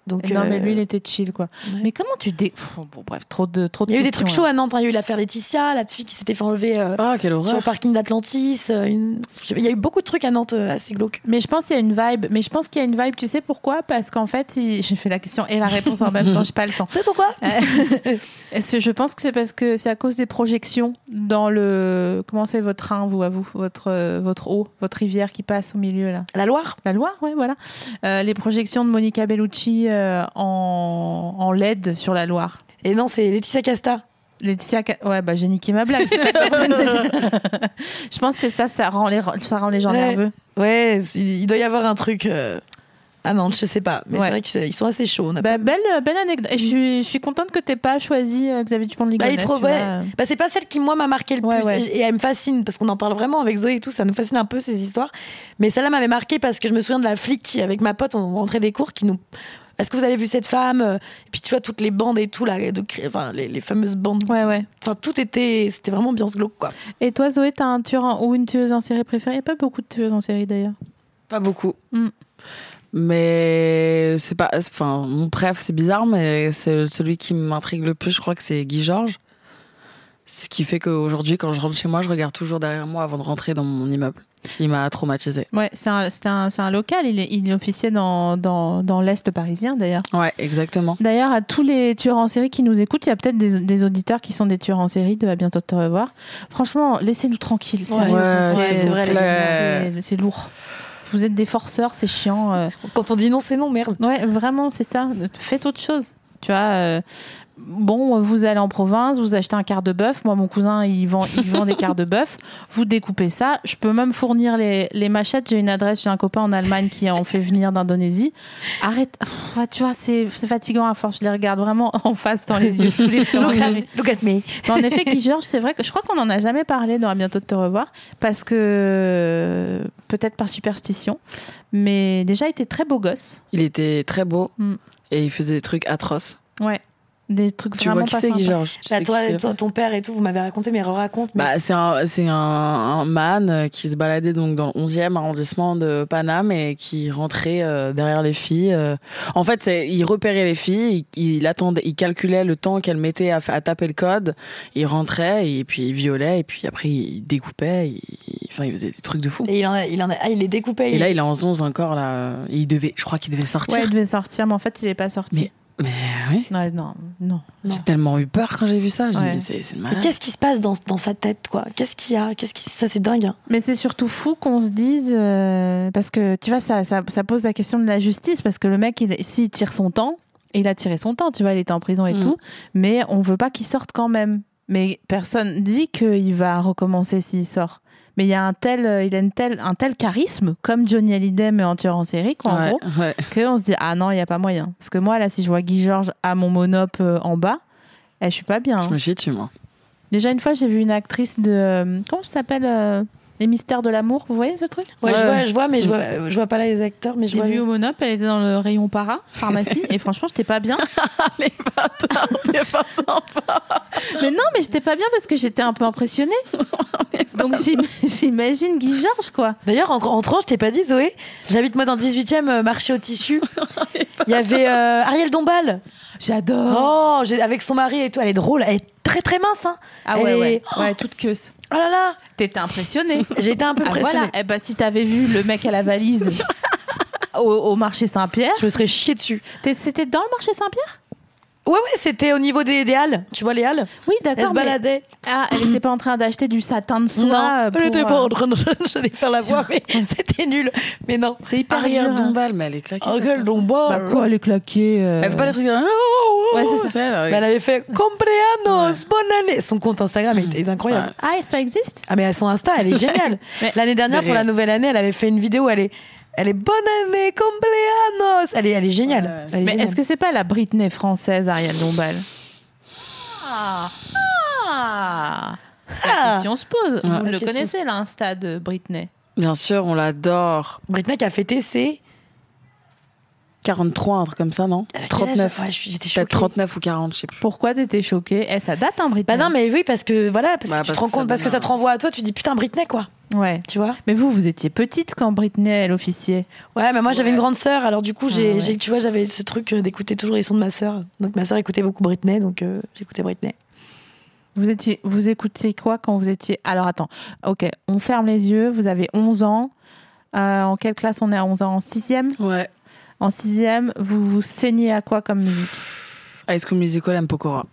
D: Donc,
B: Non,
D: euh,
B: mais lui, il était chill, quoi.
D: Ouais.
B: Mais comment tu dé... Pff, Bon, bref, trop de trop de
D: il y a eu des
B: questions,
D: trucs
B: là.
D: chauds à Nantes. hein. Il y a eu l'affaire Laetitia, la fille qui s'était fait enlever euh,
C: Ah, quelle
D: sur le
C: horreur.
D: parking d'Atlantis. euh, une- je sais pas, Il y a eu beaucoup de trucs à Nantes euh, assez glauques.
B: Mais je pense qu'il y a une vibe. Mais je pense qu'il y a une vibe, tu sais pourquoi Parce qu'en fait, il- j'ai fait la question et la réponse en même temps, j'ai pas le temps.
D: Tu sais pourquoi
B: Est-ce que je pense que c'est parce que c'est à cause des projections dans le. Comment c'est votre Rhin, vous, à vous votre, euh, votre eau, votre rivière qui passe au milieu, là
D: La Loire
B: La Loire, ouais, voilà. Euh, les projections de Monica Bellucci euh, en... en LED sur la Loire.
D: Et non, c'est Laetitia Casta.
B: Laetitia, Ca- ouais, bah j'ai niqué ma blague. c'était pas la peine de dire. je pense que c'est ça, ça rend les, ça rend les gens
D: Ouais.
B: nerveux.
D: Ouais, c'est- il doit y avoir un truc. euh, à Nantes, je sais pas. Mais
B: Ouais.
D: c'est vrai qu'ils sont assez chauds. on a
B: Bah, belle, belle anecdote. Et je suis, je suis contente que t'aies pas choisi euh, Xavier Dupont de
D: Bah, il
B: Ligonnès.
D: est trop-
B: tu vois.
D: ouais. Bah, c'est pas celle qui, moi, m'a marqué le
B: Ouais,
D: plus.
B: ouais.
D: Et et elle me fascine, parce qu'on en parle vraiment avec Zoé et tout, ça nous fascine un peu ces histoires. Mais celle-là m'avait marqué parce que je me souviens de la flic qui, avec ma pote, on rentrait des cours qui nous Est-ce que vous avez vu cette femme Et puis tu vois toutes les bandes et tout là, de, cré- enfin les, les fameuses bandes.
B: Ouais, ouais.
D: Enfin tout était, c'était vraiment ambiance glauque quoi.
B: Et toi, Zoé, t'as un tueur en- ou une tueuse en série préférée Il n'y a pas beaucoup de tueuses en série d'ailleurs.
C: Pas beaucoup.
B: Mm.
C: Mais c'est pas. Enfin, mon préf, c'est bizarre, mais c'est celui qui m'intrigue le plus, je crois que c'est Guy Georges. Ce qui fait qu'aujourd'hui, quand je rentre chez moi, je regarde toujours derrière moi avant de rentrer dans mon immeuble. Il m'a traumatisé.
B: Ouais, c'est un, c'est un, c'est un local. Il, est, il officiait dans, dans, dans l'Est parisien d'ailleurs.
C: Ouais, exactement.
B: D'ailleurs, à tous les tueurs en série qui nous écoutent, il y a peut-être des, des auditeurs qui sont des tueurs en série de À bientôt de te revoir. Franchement, laissez-nous tranquilles. sérieux,
D: Ouais,
B: quoi.
D: ouais, c'est vrai,
B: c'est-
C: les-
B: c'est lourd. Vous êtes des forceurs, c'est chiant. euh.
D: Quand on dit non, c'est non, merde.
B: Ouais, vraiment, c'est ça. Faites autre chose. Tu vois, euh, bon, vous allez en province, vous achetez un quart de bœuf. Moi, mon cousin, il vend, il vend des quarts de bœuf. Vous découpez ça. Je peux même fournir les, les machettes. J'ai une adresse, j'ai un copain en Allemagne qui en fait venir d'Indonésie. Arrête. Pff, ouais, tu vois, c'est c'est fatigant à force. Je les regarde vraiment en face, dans les yeux, tous les jours.
D: Look at, look at me.
B: Mais en effet, Guy Georges, c'est vrai que je crois qu'on n'en a jamais parlé dans À bientôt de te revoir, parce que peut-être par superstition, mais déjà, il était très beau gosse.
C: Il était très beau
B: Mm.
C: et il faisait des trucs atroces.
B: Ouais. Des trucs
C: Tu
B: vraiment
C: vois qui
B: pas
C: c'est, Guy
B: sympas.
C: Georges
D: Bah,
C: Tu sais qui
D: toi,
C: c'est, le
D: toi, ton père et tout, vous m'avez raconté, mais raconte.
C: Bah, c'est un, c'est un, un man euh, qui se baladait donc dans le 11e arrondissement de Paname et qui rentrait euh, derrière les filles. euh. En fait, c'est, il repérait les filles, il, il attendait, il calculait le temps qu'elles mettaient à, fa- à taper le code, il rentrait et puis il violait et puis après il découpait, il, il- enfin il faisait des trucs de fou.
D: Et il en a, il en a, ah, il est découpé.
C: Et là, il est en 11 encore là, euh, et il devait, je crois qu'il devait sortir.
B: Ouais, il devait sortir, mais en fait, il n'est pas sorti.
C: Mais euh, oui,
B: Ouais, non, non.
D: Non.
C: j'ai tellement eu peur quand j'ai vu ça, j'ai dit,
B: Ouais.
C: mais c'est, c'est
D: Mais
C: malade.
D: Qu'est-ce qui se passe dans, dans sa tête, quoi Qu'est-ce qu'il y a Qu'est-ce qui, ça, c'est dingue. hein.
B: Mais c'est surtout fou qu'on se dise. euh, parce que, tu vois, ça, ça, ça pose la question de la justice, parce que le mec, il- s'il tire son temps, et il a tiré son temps, tu vois, il était en prison et
C: Mm.
B: tout, mais on veut pas qu'il sorte quand même. Mais personne dit qu'il va recommencer s'il sort. Mais il y a un tel, euh, il a une telle, un tel charisme, comme Johnny Hallyday, mais en tueur en série, quoi, en
C: Ouais,
B: gros.
C: ouais.
B: qu'on se dit ah non il y a pas moyen parce que moi là si je vois Guy Georges à mon monop euh, en bas eh, je suis pas bien
C: Je
B: hein.
C: me chie dessus, moi.
B: déjà une fois j'ai vu une actrice de euh, comment ça s'appelle euh, les mystères de l'amour vous voyez ce truc
D: Ouais,
C: Ouais,
D: je vois,
C: ouais. Mm.
D: je vois, mais je vois, euh, je vois pas là les acteurs, mais je
B: j'ai
D: vois.
B: vu au monop elle était dans le rayon para pharmacie et franchement j'étais pas bien
C: Les bâtards, t'es pas sympa.
B: mais non mais j'étais pas bien parce que j'étais un peu impressionnée donc j'im- j'imagine Guy Georges quoi
D: D'ailleurs, en entrant, je t'ai pas dit, Zoé, j'habite moi dans le 18e euh, marché au tissu. Il y avait euh, Ariel Dombal.
B: j'adore
D: Oh, j'ai- avec son mari et tout, elle est drôle, elle est très très mince. Hein.
B: ah
D: Elle
B: ouais
C: Eh.
D: est-
B: ouais ouais toute queuse
D: Oh là là,
B: t'étais impressionnée
D: j'ai été un peu
B: ah
D: pressionnée.
B: voilà eh ben si t'avais vu le mec à la valise au, au marché Saint-Pierre
D: Je me serais chiée dessus.
B: t'es- c'était dans le marché Saint-Pierre
D: Ouais, ouais, c'était au niveau des, des halles. Tu vois les halles
B: Oui,
D: Elle se
B: d'accord. Mais...
D: baladait.
B: Ah, elle n'était pas en train d'acheter du satin de soie. euh, pour,
D: elle était pas
B: euh,
D: en train de. J'allais faire la voix, mais c'était nul. Mais non.
B: C'est hyper
C: Arrière
B: dur. hein.
C: Dombal, mais elle est claquée. cette
D: Ariel
B: Bah
D: Dombal.
B: quoi, elle est claquée. euh.
C: Elle fait pas des trucs. hein, comme,
B: Ouais,
C: Ouais,
B: c'est ça.
C: oh, c'est ça. Bah,
D: Mais elle avait fait Compreanos, bonne année. Son compte Instagram est, est
C: Ouais.
D: incroyable.
B: Ah, ça existe
D: Ah, mais son Insta, elle est géniale.
B: Mais-
D: L'année dernière,
C: C'est
D: pour la
C: réel.
D: nouvelle année, elle avait fait une vidéo où elle est. Elle est bonne année, Compreanos. Elle est, elle est géniale.
C: Ouais, ouais.
D: Elle est
B: Mais
D: géniale.
B: est-ce que c'est pas la Britney française, Ariel Dombal Ah, ah. La
D: Ah.
B: question se pose. Vous
D: La
B: le
D: question-
B: connaissez, l'Insta de Britney
C: Bien sûr, on l'adore.
D: Britney qui a fêté ses.
C: 43, un truc comme ça, non
D: elle a quel âge
C: 39.
D: Ouais, je suis- j'étais
C: Peut-être
D: choquée.
C: 39 ou 40, je sais plus.
B: Pourquoi t'étais choquée Eh, ça date,
D: Bah
B: hein, Britney
D: non, mais oui, parce que voilà, parce
C: Bah,
D: que tu te
C: parce
D: rends
C: que ça
D: compte, parce que
C: donne
D: ça
C: un-
D: te renvoie à toi, tu dis putain, Britney, quoi.
B: Ouais.
D: Tu vois
B: Mais vous, vous étiez petite quand Britney, elle officiait.
D: Ouais, mais moi j'avais
C: Ouais.
D: une grande sœur, alors du coup, j'ai,
B: Ah ouais.
D: j'ai- tu vois, j'avais ce truc euh, d'écouter toujours les sons de ma sœur. Donc ma sœur écoutait beaucoup Britney, donc euh, j'écoutais Britney.
B: Vous, étiez, vous écoutiez quoi quand vous étiez. Alors attends, ok, on ferme les yeux, vous avez 11 ans. Euh, en quelle classe on est à 11 ans En 6e
C: Ouais.
B: En 6e, vous vous saignez à quoi comme musique
C: High School Musical, M. Pokora.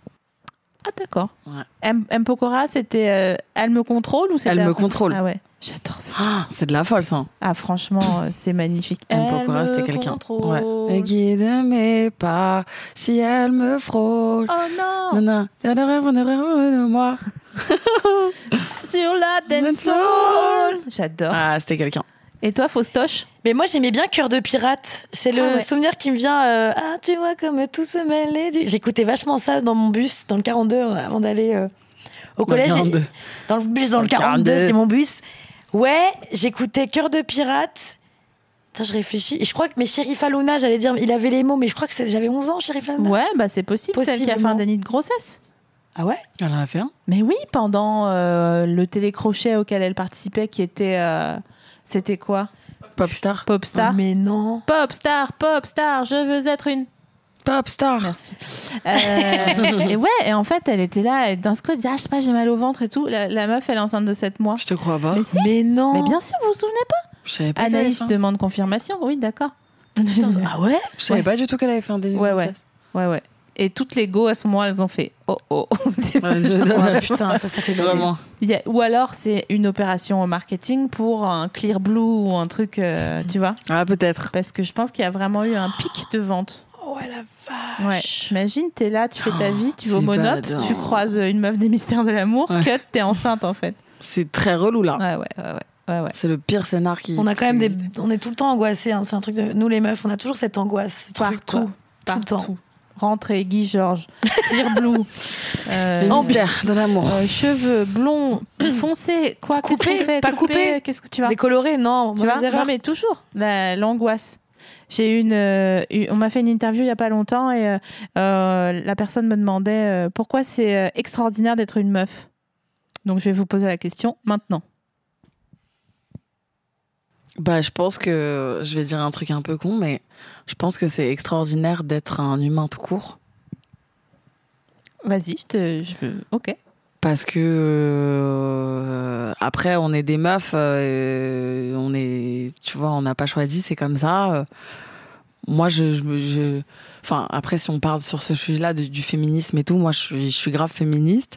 B: Ah d'accord.
C: Ouais.
B: M, M. Pokora, c'était euh, Elle me contrôle ou c'était
C: Elle me
B: avant
C: contrôle.
B: Ah ouais, j'adore cette chanson.
C: Ah, c'est de la folle, ça.
B: Ah franchement, euh, c'est magnifique.
C: M.
B: Elle
C: Pokora,
B: me
C: c'était quelqu'un.
B: contrôle.
C: Ouais. Guide mes pas si elle me frôle.
B: Oh non,
C: Nana, derrière, derrière, moi.
B: sur la dance
C: Dance
B: soul. J'adore.
C: Ah, c'était quelqu'un.
B: Et toi, Faustoche
D: Mais moi j'aimais bien Cœur de pirate. C'est le
B: Ah ouais.
D: souvenir qui me vient. euh, ah, tu vois, comme tout se mêlait. du- J'écoutais vachement ça dans mon bus, dans le 42, euh, avant d'aller euh, au collège.
C: Dans le 42.
D: Dans le bus, dans,
C: Dans
D: le
C: le
D: 42,
C: 42.
D: c'était mon bus. Ouais, j'écoutais Cœur de pirate. Putain, je réfléchis. Et je crois que mais Shérif Alouna, j'allais dire, il avait les mots, mais je crois que c'est- j'avais 11 ans, Shérif Alouna.
B: Ouais, bah c'est possible, celle qui a fait
D: Ah,
B: un
D: Possiblement.
B: déni de grossesse.
D: Ah ouais
C: Elle en a fait un.
B: Mais oui, pendant euh, le télécrochet auquel elle participait, qui était. euh, C'était quoi
C: Popstar.
B: Popstar
D: Mais non.
B: Popstar, popstar, je veux être une.
C: Popstar.
B: Merci. Euh, et ouais, et en fait, elle était là, et d'un coup, elle dit Ah, je sais pas, j'ai mal au ventre et tout. La, la meuf, elle est enceinte de 7 mois.
C: Je te crois pas.
B: Mais si
D: Mais non.
B: Mais bien sûr, vous vous souvenez pas
C: Je savais pas. qu'elle avait
B: Anaïs
C: fait un-
B: demande confirmation, oui, d'accord.
D: Ah ouais
C: Je savais
B: Ouais.
C: pas du tout qu'elle avait fait un déni de
B: Ouais, ouais.
C: grossesse.
B: Ouais, ouais. Et toutes les go à ce moment, elles ont fait Oh oh. Tu vois,
C: Ouais, je-
B: genre,
D: Ouais, Putain, ça, ça fait mal.
C: Vraiment.
B: il y a- ou alors, c'est une opération au marketing pour un clear blue ou un truc, euh, tu vois
C: Ah, peut-être.
B: Parce que je pense qu'il y a vraiment eu un pic de vente.
D: Oh la
B: Ouais.
D: vache.
B: Imagine, t'es là, tu fais ta
D: Oh,
B: vie, tu vas au
C: c'est
B: monop,
C: badant.
B: tu croises une meuf des mystères de l'amour,
C: Ouais.
B: cut, t'es enceinte en fait.
C: C'est très relou
D: Ah.
C: là.
B: Ouais, ouais, ouais, ouais. ouais, ouais.
C: C'est le pire scénar qui.
D: On a quand
C: qui
D: même des.
C: existe.
D: On est tout le temps angoissés. hein, C'est un truc de. Nous, les meufs, on a toujours cette angoisse. ce truc, quoi.
B: Partout.
D: Tout le temps.
B: partout. Rentrée, Guy Georges, Clear Blue, euh,
C: Les mystères de l'amour.
B: euh, cheveux blonds, foncés, quoi, qu'est-ce
D: Coupé,
B: qu'on fait
D: pas coupé.
B: qu'est-ce que tu vas
D: Décoloré, non.
B: Tu vois
D: mauvaise erreur.
B: Non, mais toujours, la- l'angoisse. J'ai eu une, euh, une- on m'a fait une interview il y a pas longtemps et euh, euh, la personne me demandait euh, pourquoi c'est euh, extraordinaire d'être une meuf. Donc je vais vous poser la question maintenant.
C: Bah, je pense que je vais dire un truc un peu con, mais je pense que c'est extraordinaire d'être un humain tout court.
B: Vas-y, je te, je- ok.
C: Parce que euh, après, on est des meufs, euh, on est, tu vois, on n'a pas choisi, c'est comme ça. euh. moi, je, je, me- je- enfin, après, si on parle sur ce sujet-là de- du féminisme et tout, moi, je suis, je suis grave féministe.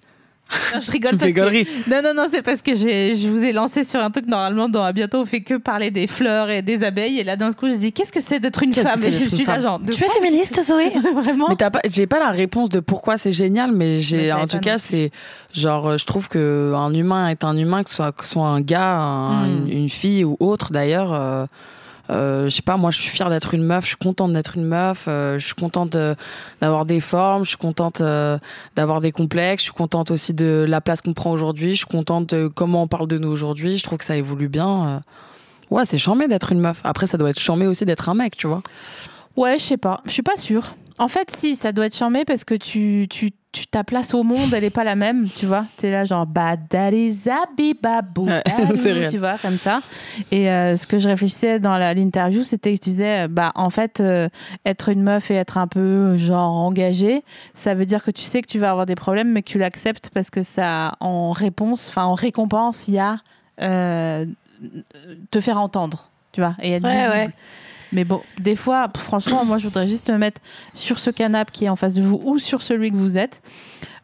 B: Non, je
C: Tu
B: rigole
C: me fais
B: parce que-
C: gaulerie.
B: Non, non, non, c'est parce que j'ai- je vous ai lancé sur un truc. Normalement, dans à bientôt, on fait que parler des fleurs et des abeilles. Et là, d'un coup, je dis Qu'est-ce que c'est d'être une
C: Qu'est-ce que
B: femme
C: c'est
B: Et je
C: d'être une
B: suis là,
C: femme
B: genre, de
D: Tu es féministe, Zoé
B: quoi Vraiment
C: Mais t'as pas, j'ai pas la réponse de pourquoi c'est génial, mais
B: Mais je
C: j'ai
B: l'avais
C: en
B: pas
C: tout
B: non
C: cas
B: plus.
C: c'est genre euh, je trouve que un humain est un humain que ce soit que ce soit un gars, un-
B: Mm.
C: une, une fille ou autre d'ailleurs. euh, euh, je sais pas, moi je suis fière d'être une meuf, je suis contente d'être une meuf, euh, je suis contente euh, d'avoir des formes, je suis contente euh, d'avoir des complexes, je suis contente aussi de la place qu'on prend aujourd'hui, je suis contente de comment on parle de nous aujourd'hui, je trouve que ça évolue bien. euh. Ouais, c'est charmé d'être une meuf. Après, ça doit être charmé aussi d'être un mec, tu vois.
B: Ouais, je sais pas. Je suis pas sûre. En fait, si, ça doit être charmé parce que tu, tu, tu- ta place au monde, elle est pas la même, tu vois. T'es là genre bah, badalizabibabou,
C: Ouais, c'est vrai.
B: tu vois, comme ça. Et euh, ce que je réfléchissais dans la- l'interview, c'était que je disais, euh, bah en fait, euh, être une meuf et être un peu euh, genre engagée, ça veut dire que tu sais que tu vas avoir des problèmes, mais que tu l'acceptes parce que ça, en réponse, enfin en récompense, il y a euh, te faire entendre, tu vois, et être
D: Ouais,
B: visible.
D: ouais.
B: Mais bon, des fois, pff, franchement, moi, je voudrais juste me mettre sur ce canapé qui est en face de vous ou sur celui que vous êtes,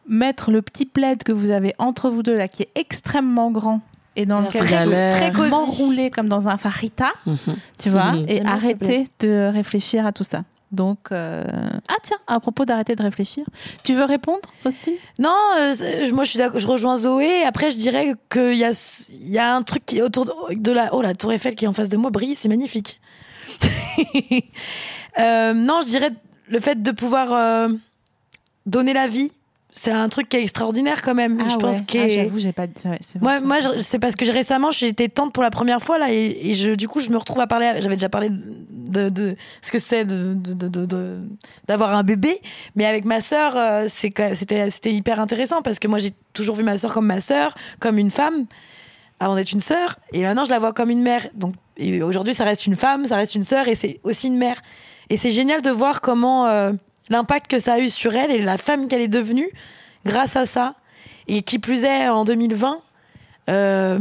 B: mettre le petit plaid que vous avez entre vous deux là, qui est extrêmement grand et dans lequel
C: très
B: je peux
C: laid.
D: Très cosy.
B: m'enrouler comme dans un farita, tu vois,
C: Mhm.
D: J'aime
B: et
D: bien ce
B: arrêter de réfléchir à tout ça. Donc, euh, ah tiens, à propos d'arrêter de réfléchir, tu veux répondre, Faustine
D: Non, euh, c'est- moi je suis d'accord, je rejoins Zoé. Après, je dirais qu'il y a, s- il y a un truc qui est autour de, de la. Oh, la Tour Eiffel qui est en face de moi brille, c'est magnifique. Euh, non, je dirais le fait de pouvoir euh, donner la vie, c'est un truc qui est extraordinaire quand même. je pense
B: ouais.
D: qu'il
B: Ah,
D: est-
B: j'avoue, j'ai pas. ouais, c'est
D: Moi,
B: vrai.
D: moi je- c'est parce que j'ai- récemment, j'ai été tante pour la première fois, là, et, et je, du coup, je me retrouve à parler. à- J'avais déjà parlé de, de ce que c'est de- de- de- de- de- d'avoir un bébé, mais avec ma sœur, euh, c'est que- c'était c'était hyper intéressant parce que moi, j'ai toujours vu ma sœur comme ma sœur, comme une femme, avant d'être une sœur, et maintenant, je la vois comme une mère. Donc, et aujourd'hui, ça reste une femme, ça reste une sœur, et c'est aussi une mère. Et c'est génial de voir comment euh, l'impact que ça a eu sur elle et la femme qu'elle est devenue grâce à ça. Et qui plus est, en 2020, euh,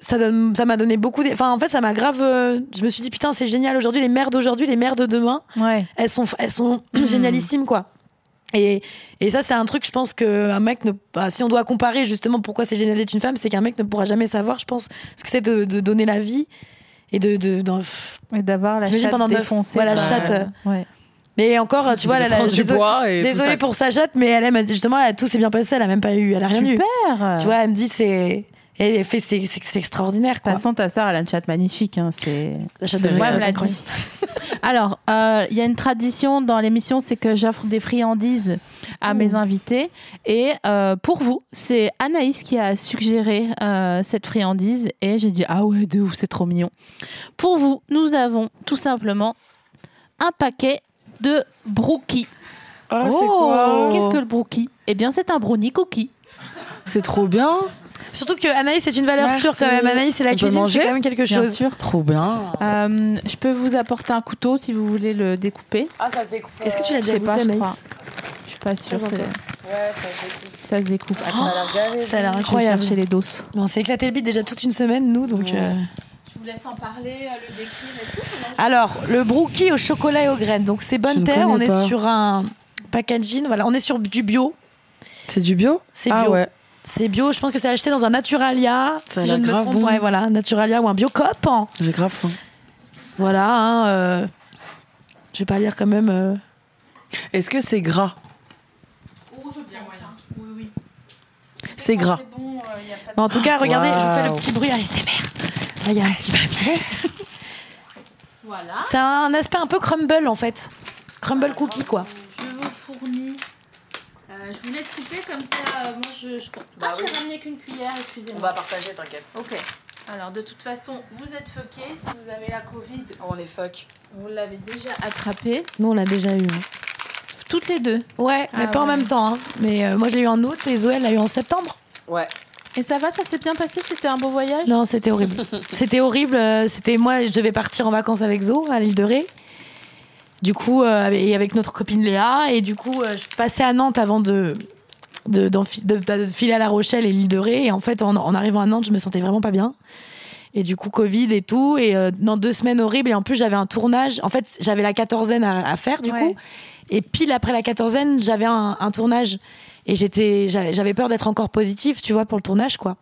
D: ça donne- ça m'a donné beaucoup. d'é- Enfin, en fait, ça m'a grave. euh, je me suis dit putain, c'est génial aujourd'hui. Les mères d'aujourd'hui, les mères de demain,
B: Ouais.
D: elles sont, elles sont génialissimes quoi. Et, et ça, c'est un truc, je pense que un mec ne. bah, si on doit comparer justement pourquoi c'est génial d'être une femme, c'est qu'un mec ne pourra jamais savoir, je pense, ce que c'est de, de donner la vie et de. de- d'en- pff.
B: Et d'avoir la
D: T'imagines
B: chatte
D: pendant neuf-
B: défoncée.
D: voilà,
B: par-
D: chatte, euh,
B: Ouais.
D: Mais encore, tu vois,
C: De
D: elle a-
C: prendre du
D: désolé-
C: poids et tout
D: désolée
C: ça.
D: pour sa chatte, mais elle aime justement, elle, tout s'est bien passé, elle a même pas eu, elle a rien eu.
B: Super.
D: Tu vois, elle me dit c'est. Et elle fait, c'est, c'est- c'est extraordinaire,
B: De
C: Bah,
D: quoi.
B: toute façon, ta sœur, elle a une chatte magnifique. hein, c'est...
D: La chatte
B: c'est
D: de
B: moi,
D: Rachel,
B: elle me l'a
D: incroyable.
B: dit. Alors, euh, il y a une tradition dans l'émission, c'est que j'offre des friandises à mes invités. Et euh, pour vous, c'est Anaïs qui a suggéré euh, cette friandise. Et j'ai dit, ah ouais, de ouf, c'est trop mignon. Pour vous, nous avons tout simplement un paquet de brookies.
C: Ah, c'est
D: Oh
C: quoi
B: Qu'est-ce que le brookie Eh bien, c'est un brownie cookie.
C: C'est trop bien.
D: Surtout que Anaïs, c'est une valeur
C: Merci.
D: sûre quand même. Anaïs, c'est la
C: On peut
D: cuisine,
C: manger
D: c'est quand même quelque
B: Bien
D: chose.
B: sûr.
C: Trop bien.
B: Euh, je peux vous apporter un couteau si vous voulez le découper.
C: Ah, ça se découpe.
D: Est-ce que tu l'as
B: Je
D: déjà
B: sais pas,
D: goûté,
B: je
D: Anaïs
B: crois. Je suis pas sûre.
D: Ah,
B: c'est-
D: d'accord.
C: Ouais, ça se découpe.
B: Ça se découpe. Attends,
D: Ça a l'air
B: je vais
D: incroyable.
B: chercher les doses.
D: On s'est éclaté le bide déjà toute une semaine, nous, donc...
C: Ouais.
D: euh,
B: Je vous laisse en parler, euh, le décrire et tout.
D: Alors, le brookie au chocolat et aux graines. Donc, c'est
C: Je
D: bonne
C: ne
D: terre.
C: connais
D: On est
C: pas.
D: sur un packaging. Voilà, on est sur du bio.
C: C'est du bio
D: C'est
C: Ah
D: bio.
C: ouais.
D: C'est bio. Je pense que c'est acheté dans un Naturalia. si
C: Ça a
D: je
C: l'air
D: ne me
C: grave
D: trompe.
C: bon.
D: Ouais, voilà, un Naturalia ou un Biocop. hein.
C: J'ai grave faim.
D: Voilà. hein, euh, Je vais pas lire quand même. euh.
C: Est-ce que c'est gras C'est gras.
B: euh,
D: Mais en tout cas, regardez, je vous fais le
C: Waouh.
D: petit bruit à l'ASMR. Là, il y a un petit papier.
B: Voilà.
D: C'est un aspect un peu crumble en fait. Crumble cookie quoi.
B: Je vous fournis. Euh, je vous laisse couper comme ça. euh, moi, je. je...
E: Bah
B: ah,
E: oui.
B: j'ai ramené qu'une cuillère, excusez-moi.
C: partager, t'inquiète.
B: Ok. Alors, de toute façon, vous êtes fuckés. Si vous avez la Covid,
C: On est fuck.
B: vous l'avez déjà attrapé.
D: Nous, on l'a déjà eu. hein.
B: Toutes les deux.
D: Ouais, mais
B: Ah
D: pas en
B: ouais.
D: même temps. hein. Mais euh, moi, je l'ai eu en août et Zoé, elle l'a eu en septembre.
C: Ouais.
B: Et ça va, ça s'est bien passé C'était un beau voyage
D: Non, c'était horrible. c'était horrible. euh, C'était moi, je devais partir en vacances avec Zo à l'île de Ré. Du coup, euh, et avec notre copine Léa. Et du coup, euh, je passais à Nantes avant de, de, d'en fi- de- de filer à La Rochelle et l'île de Ré. Et en fait, en, en arrivant à Nantes, je me sentais vraiment pas bien. Et du coup, Covid et tout. Et euh, non, deux semaines horribles. Et en plus, j'avais un tournage. En fait, j'avais la quatorzaine à, à faire, du
B: Ouais.
D: coup. Et pile après la quatorzaine, j'avais un, un tournage. Et j'étais, j'avais j'avais peur d'être encore positive, tu vois, pour le tournage, quoi.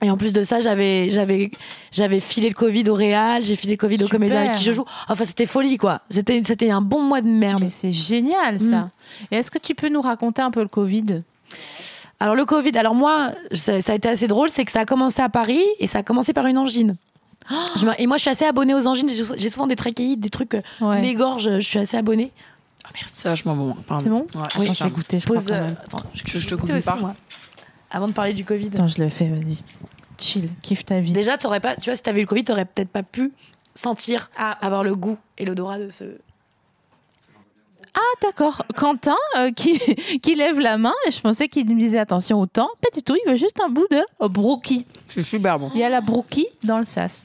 D: Et en plus de ça, j'avais, j'avais, j'avais filé le Covid au Réal, j'ai filé le Covid aux
B: Super.
D: comédiens avec qui je joue. Enfin, c'était folie, quoi. C'était, c'était un bon mois de merde.
B: Mais c'est génial ça.
D: Mm.
B: Et est-ce que tu peux nous raconter un peu le Covid
D: Alors, le Covid, alors moi, ça, ça a été assez drôle, c'est que ça a commencé à Paris et ça a commencé par une angine. Je me- et moi, je suis assez abonnée aux angines. J'ai, sou- j'ai souvent des trachéites, des trucs, euh,
B: Ouais.
D: des gorges. Je suis assez abonnée. Ah, merci.
C: C'est vachement bon. hein.
B: C'est bon
C: Ouais,
B: Attends,
C: oui,
B: je vais goûter, je
D: Pause.
B: crois, quand
D: euh,
B: même.
D: attends,
C: Je- je te
D: goûter
C: coupe
D: aussi,
C: pas.
D: moi. Avant de parler du Covid.
B: Attends, je le fais, vas-y. Chill, kiffe ta vie.
D: Déjà, t'aurais pas, tu vois, si t'avais eu le Covid, t'aurais peut-être pas pu sentir,
B: Ah.
D: avoir le goût et l'odorat de ce.
B: Ah, d'accord. Quentin euh, qui, qui lève la main, et je pensais qu'il me disait attention au temps. Pas du tout, il veut juste un bout de brookie.
C: C'est super bon.
B: Il y a la brookie dans le sas.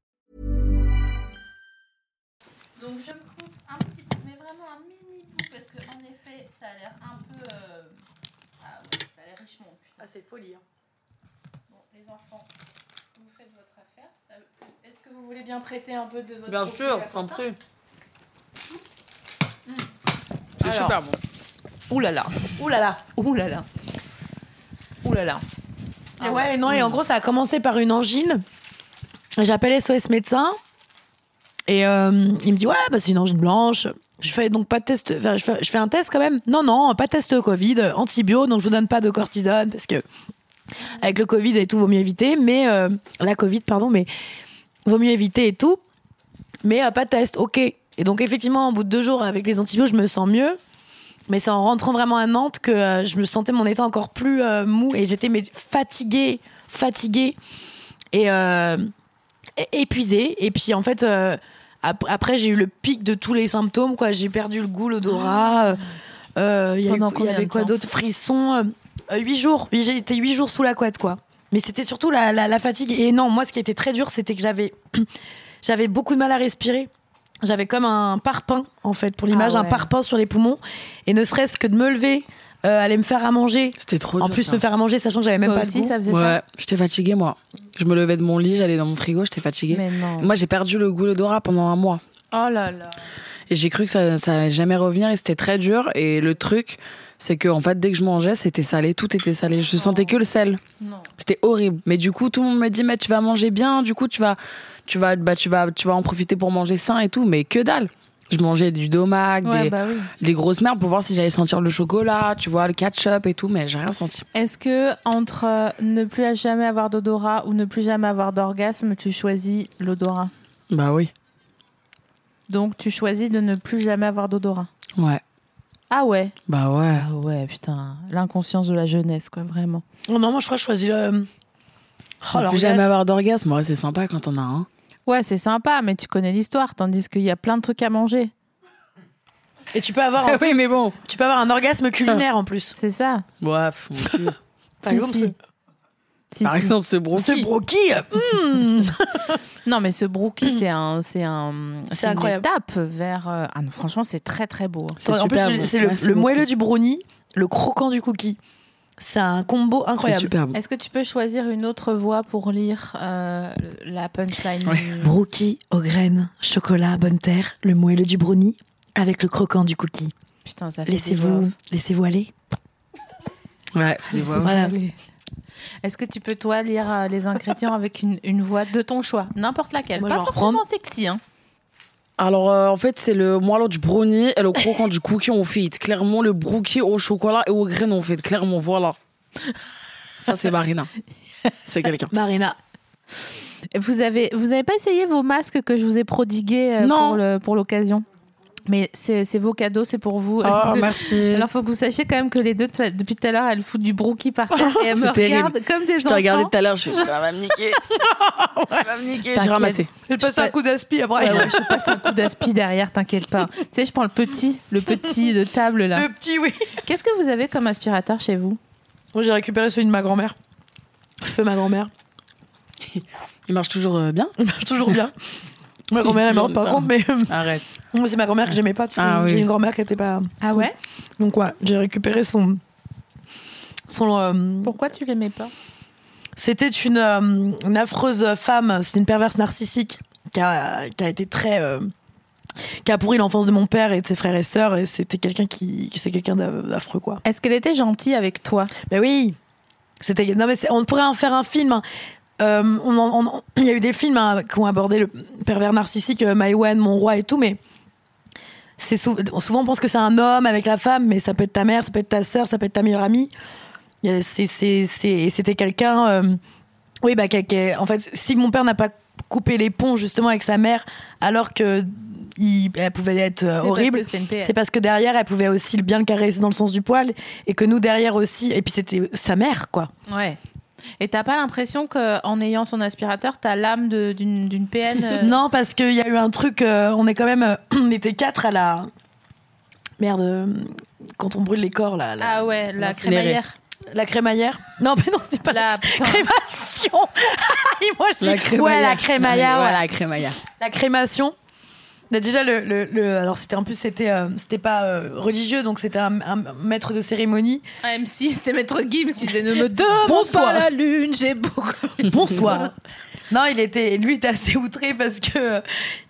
B: Donc, je me coupe un petit peu, mais vraiment un mini bout, parce que en effet, ça a l'air un peu. Ah ouais, ça a l'air richement.
D: Ah, c'est folie.
B: Bon, les enfants, vous faites votre affaire. Est-ce que vous voulez bien prêter un peu de votre.
C: Bien sûr, t'en prie. Mmh. C'est super bon.
B: Ouh là là,
D: Ouh là là.
B: ouh là là. Ouh là là.
D: Et ouais, non, et en gros, ça a commencé par une angine. J'appelle SOS médecin. Et euh, il me dit, ouais, bah, c'est une angine blanche. Je fais donc pas de test. enfin, je, fais, je fais un test quand même. Non, non, pas de test Covid, antibio. Donc je vous donne pas de cortisone parce que avec le Covid et tout, vaut mieux éviter. Mais euh, la Covid, pardon, mais vaut mieux éviter et tout. Mais euh, pas de test, ok. Et donc effectivement, au bout de deux jours avec les antibiotiques, je me sens mieux. Mais c'est en rentrant vraiment à Nantes que euh, je me sentais mon état encore plus euh, mou et j'étais mais, fatiguée, fatiguée et euh, é- épuisée. Et puis en fait, euh, ap- après, j'ai eu le pic de tous les symptômes. quoi. J'ai perdu le goût, l'odorat. euh, euh, Il y, a eu-
B: Ah.
D: il
B: Pendant
D: y
B: combien
D: avait
B: de
D: quoi
B: temps
D: d'autre Frissons. euh, euh, Huit jours. Oui, J'ai été huit jours sous la couette. quoi. Mais c'était surtout la, la- la fatigue. Et non, moi, ce qui était très dur, c'était que j'avais j'avais beaucoup de mal à respirer. J'avais comme un parpaing, en fait, pour l'image,
B: Ah
D: un
B: ouais.
D: parpaing sur les poumons. Et ne serait-ce que de me lever euh, aller me faire à manger.
C: C'était trop
D: En
C: dur,
D: plus,
C: ça.
D: me faire à manger, sachant que j'avais même
B: Toi
D: pas
B: aussi,
D: le goût.
B: ça faisait ça
C: Ouais, j'étais fatiguée moi. Je me levais de mon lit, j'allais dans mon frigo, j'étais fatiguée.
B: Mais non.
C: Moi, j'ai perdu le goût, l'odorat pendant un mois.
B: Oh là là.
C: Et j'ai cru que ça, ça allait jamais revenir et c'était très dur. Et le truc, c'est que en fait, dès que je mangeais, c'était salé, tout était salé. Je sentais que le sel. C'était horrible. Mais du coup, tout le monde me dit, mais tu vas manger bien, du coup, tu vas, tu vas, bah, tu vas, tu vas en profiter pour manger sain et tout. Mais que dalle. Je mangeais du domac,
B: Ouais,
C: des,
B: bah oui.
C: des grosses merdes pour voir si j'allais sentir le chocolat, tu vois, le ketchup et tout, mais j'ai rien senti.
B: Est-ce que entre euh, ne plus jamais avoir d'odorat ou ne plus jamais avoir d'orgasme, tu choisis l'odorat
C: Bah oui.
B: Donc tu choisis de ne plus jamais avoir d'odorat.
C: Ouais.
B: Ah ouais
C: Bah ouais.
B: Ah ouais, putain. L'inconscience de la jeunesse, quoi, vraiment.
D: Oh non, moi, je crois que je choisis le. euh, Oh,
C: ne
D: l'orgasme.
C: plus jamais avoir d'orgasme, ouais, c'est sympa quand on a un.
B: Ouais, c'est sympa, mais tu connais l'histoire, tandis qu'il y a plein de trucs à manger.
D: Et tu peux avoir, en plus-
C: mais bon.
D: tu peux avoir un orgasme culinaire en plus.
B: C'est ça
C: Bref, mon cul.
D: Par
B: Si,
D: exemple,
B: si.
D: ce-
B: Si,
C: par
B: si.
C: exemple, ce bronchi.
D: Ce broquis, euh,
B: Non, mais ce brookie, c'est un, c'est un,
D: C'est
B: c'est une
D: incroyable.
B: étape vers. euh, Ah non, franchement, c'est très très beau.
C: C'est
D: en plus,
C: super
D: j'ai-
C: bon.
D: c'est le,
C: Merci
D: le
C: beaucoup.
D: moelleux du brownie, le croquant du cookie. C'est un combo
C: C'est
D: incroyable.
C: super bon.
B: Est-ce que tu peux choisir une autre voix pour lire euh, la punchline
C: Ouais.
D: Brookie aux graines, chocolat, bonne terre, le moelleux du brownie avec le croquant du cookie.
B: Putain, ça fait. des voix
D: Laissez-vous,
B: off.
D: laissez-vous aller.
C: Ouais, fais des voix off.
D: Voilà.
B: Est-ce que tu peux, toi, lire euh, les ingrédients avec une, une voix de ton choix N'importe laquelle.
D: Moi, je
B: Pas
D: vais en
B: forcément sexy. Hein.
C: Alors, euh, en fait, c'est le moelleux du brownie et le croquant du cookie on fait. Clairement, le brookie au chocolat et aux graines on fait. Clairement, voilà. Ça, c'est Marina. C'est quelqu'un.
D: Marina.
B: Vous avez, vous n'avez pas essayé vos masques que je vous ai prodigués euh,
C: Non.
B: pour le- pour l'occasion mais c'est c'est vos cadeaux, c'est pour vous.
D: Ah,
C: Oh, merci.
B: Alors, faut que vous sachiez quand même que les deux, t- depuis tout à l'heure, elles foutent du brookie par terre et elles me
C: C'est terrible.
B: regardent comme des
C: Je t'ai
B: enfants.
C: regardé tout à l'heure, je suis. Ça va me niquer. Ça va me niquer. J'ai
B: T'inquiète.
C: ramassé.
D: Elle passe
B: un
D: coup d'aspi après.
B: Ouais, ouais, je passe un coup d'aspi derrière, t'inquiète pas. Tu sais, je prends le petit, le petit de table là.
D: petit, oui.
B: Qu'est-ce que vous avez comme aspirateur chez vous
D: Moi, j'ai récupéré celui de ma grand-mère. Feu ma grand-mère.
C: Il marche toujours euh, bien
D: Il marche toujours bien. Ma grand-mère, elle meurt pas
C: Pardon.
D: contre, mais euh,
C: Arrête.
D: moi, c'est ma grand-mère que j'aimais pas. tu sais.
C: Ah oui.
D: J'ai une grand-mère qui était pas.
B: Ah ouais
D: Donc, ouais, j'ai récupéré son. Son. euh,
B: Pourquoi tu l'aimais pas
D: C'était une, euh, une affreuse femme, c'est une perverse narcissique qui a, qui a été très. euh, qui a pourri l'enfance de mon père et de ses frères et sœurs, et c'était quelqu'un qui. qui- c'est quelqu'un d'a- d'affreux, quoi.
B: Est-ce qu'elle était gentille avec toi
D: Ben oui C'était. Non, mais c'est- on pourrait en faire un film. hein. Euh, on en- on- il y a eu des films hein, qui ont abordé le pervers narcissique, euh, My One, Mon Roi et tout, mais. C'est sou- souvent on pense que c'est un homme avec la femme, mais ça peut être ta mère, ça peut être ta sœur, ça peut être ta meilleure amie. Il y a- c'est- c'est- c'est- et C'était quelqu'un. euh, oui, bah, qu'elle- qu'elle- en fait, si mon père n'a pas coupé les ponts justement avec sa mère, alors que il, elle pouvait être euh,
B: C'est parce
D: horrible,
B: que c'était une PL.
D: c'est parce que derrière, elle pouvait aussi bien le caresser dans le sens du poil, et que nous derrière aussi, et puis c'était sa mère, quoi.
B: Ouais. Et t'as pas l'impression qu'en ayant son aspirateur, t'as l'âme de- d'une d'une PN euh,
D: Non, parce qu'il y a eu un truc, euh, on est quand même, euh, on était quatre à la merde. euh, Quand on brûle les corps, là, la,
B: Ah ouais, la
C: L'incinéré.
B: crémaillère.
D: la crémaillère. Non, mais non, c'est pas
B: La,
D: la
B: putain.
D: crémation. Et Moi, je dis, ouais, la crémaillère. ouais.
C: Ouais, la crémaillère.
D: la crémation. Mais Déjà, le, le- le- alors c'était en plus c'était euh, c'était pas euh, religieux, donc c'était un, un maître de cérémonie.
B: Ah, M6, c'était Maître Gims qui disait Ne me demande
D: Bonsoir.
B: pas la lune, j'ai beaucoup.
D: Bonsoir. non, il était lui était assez outré parce que euh,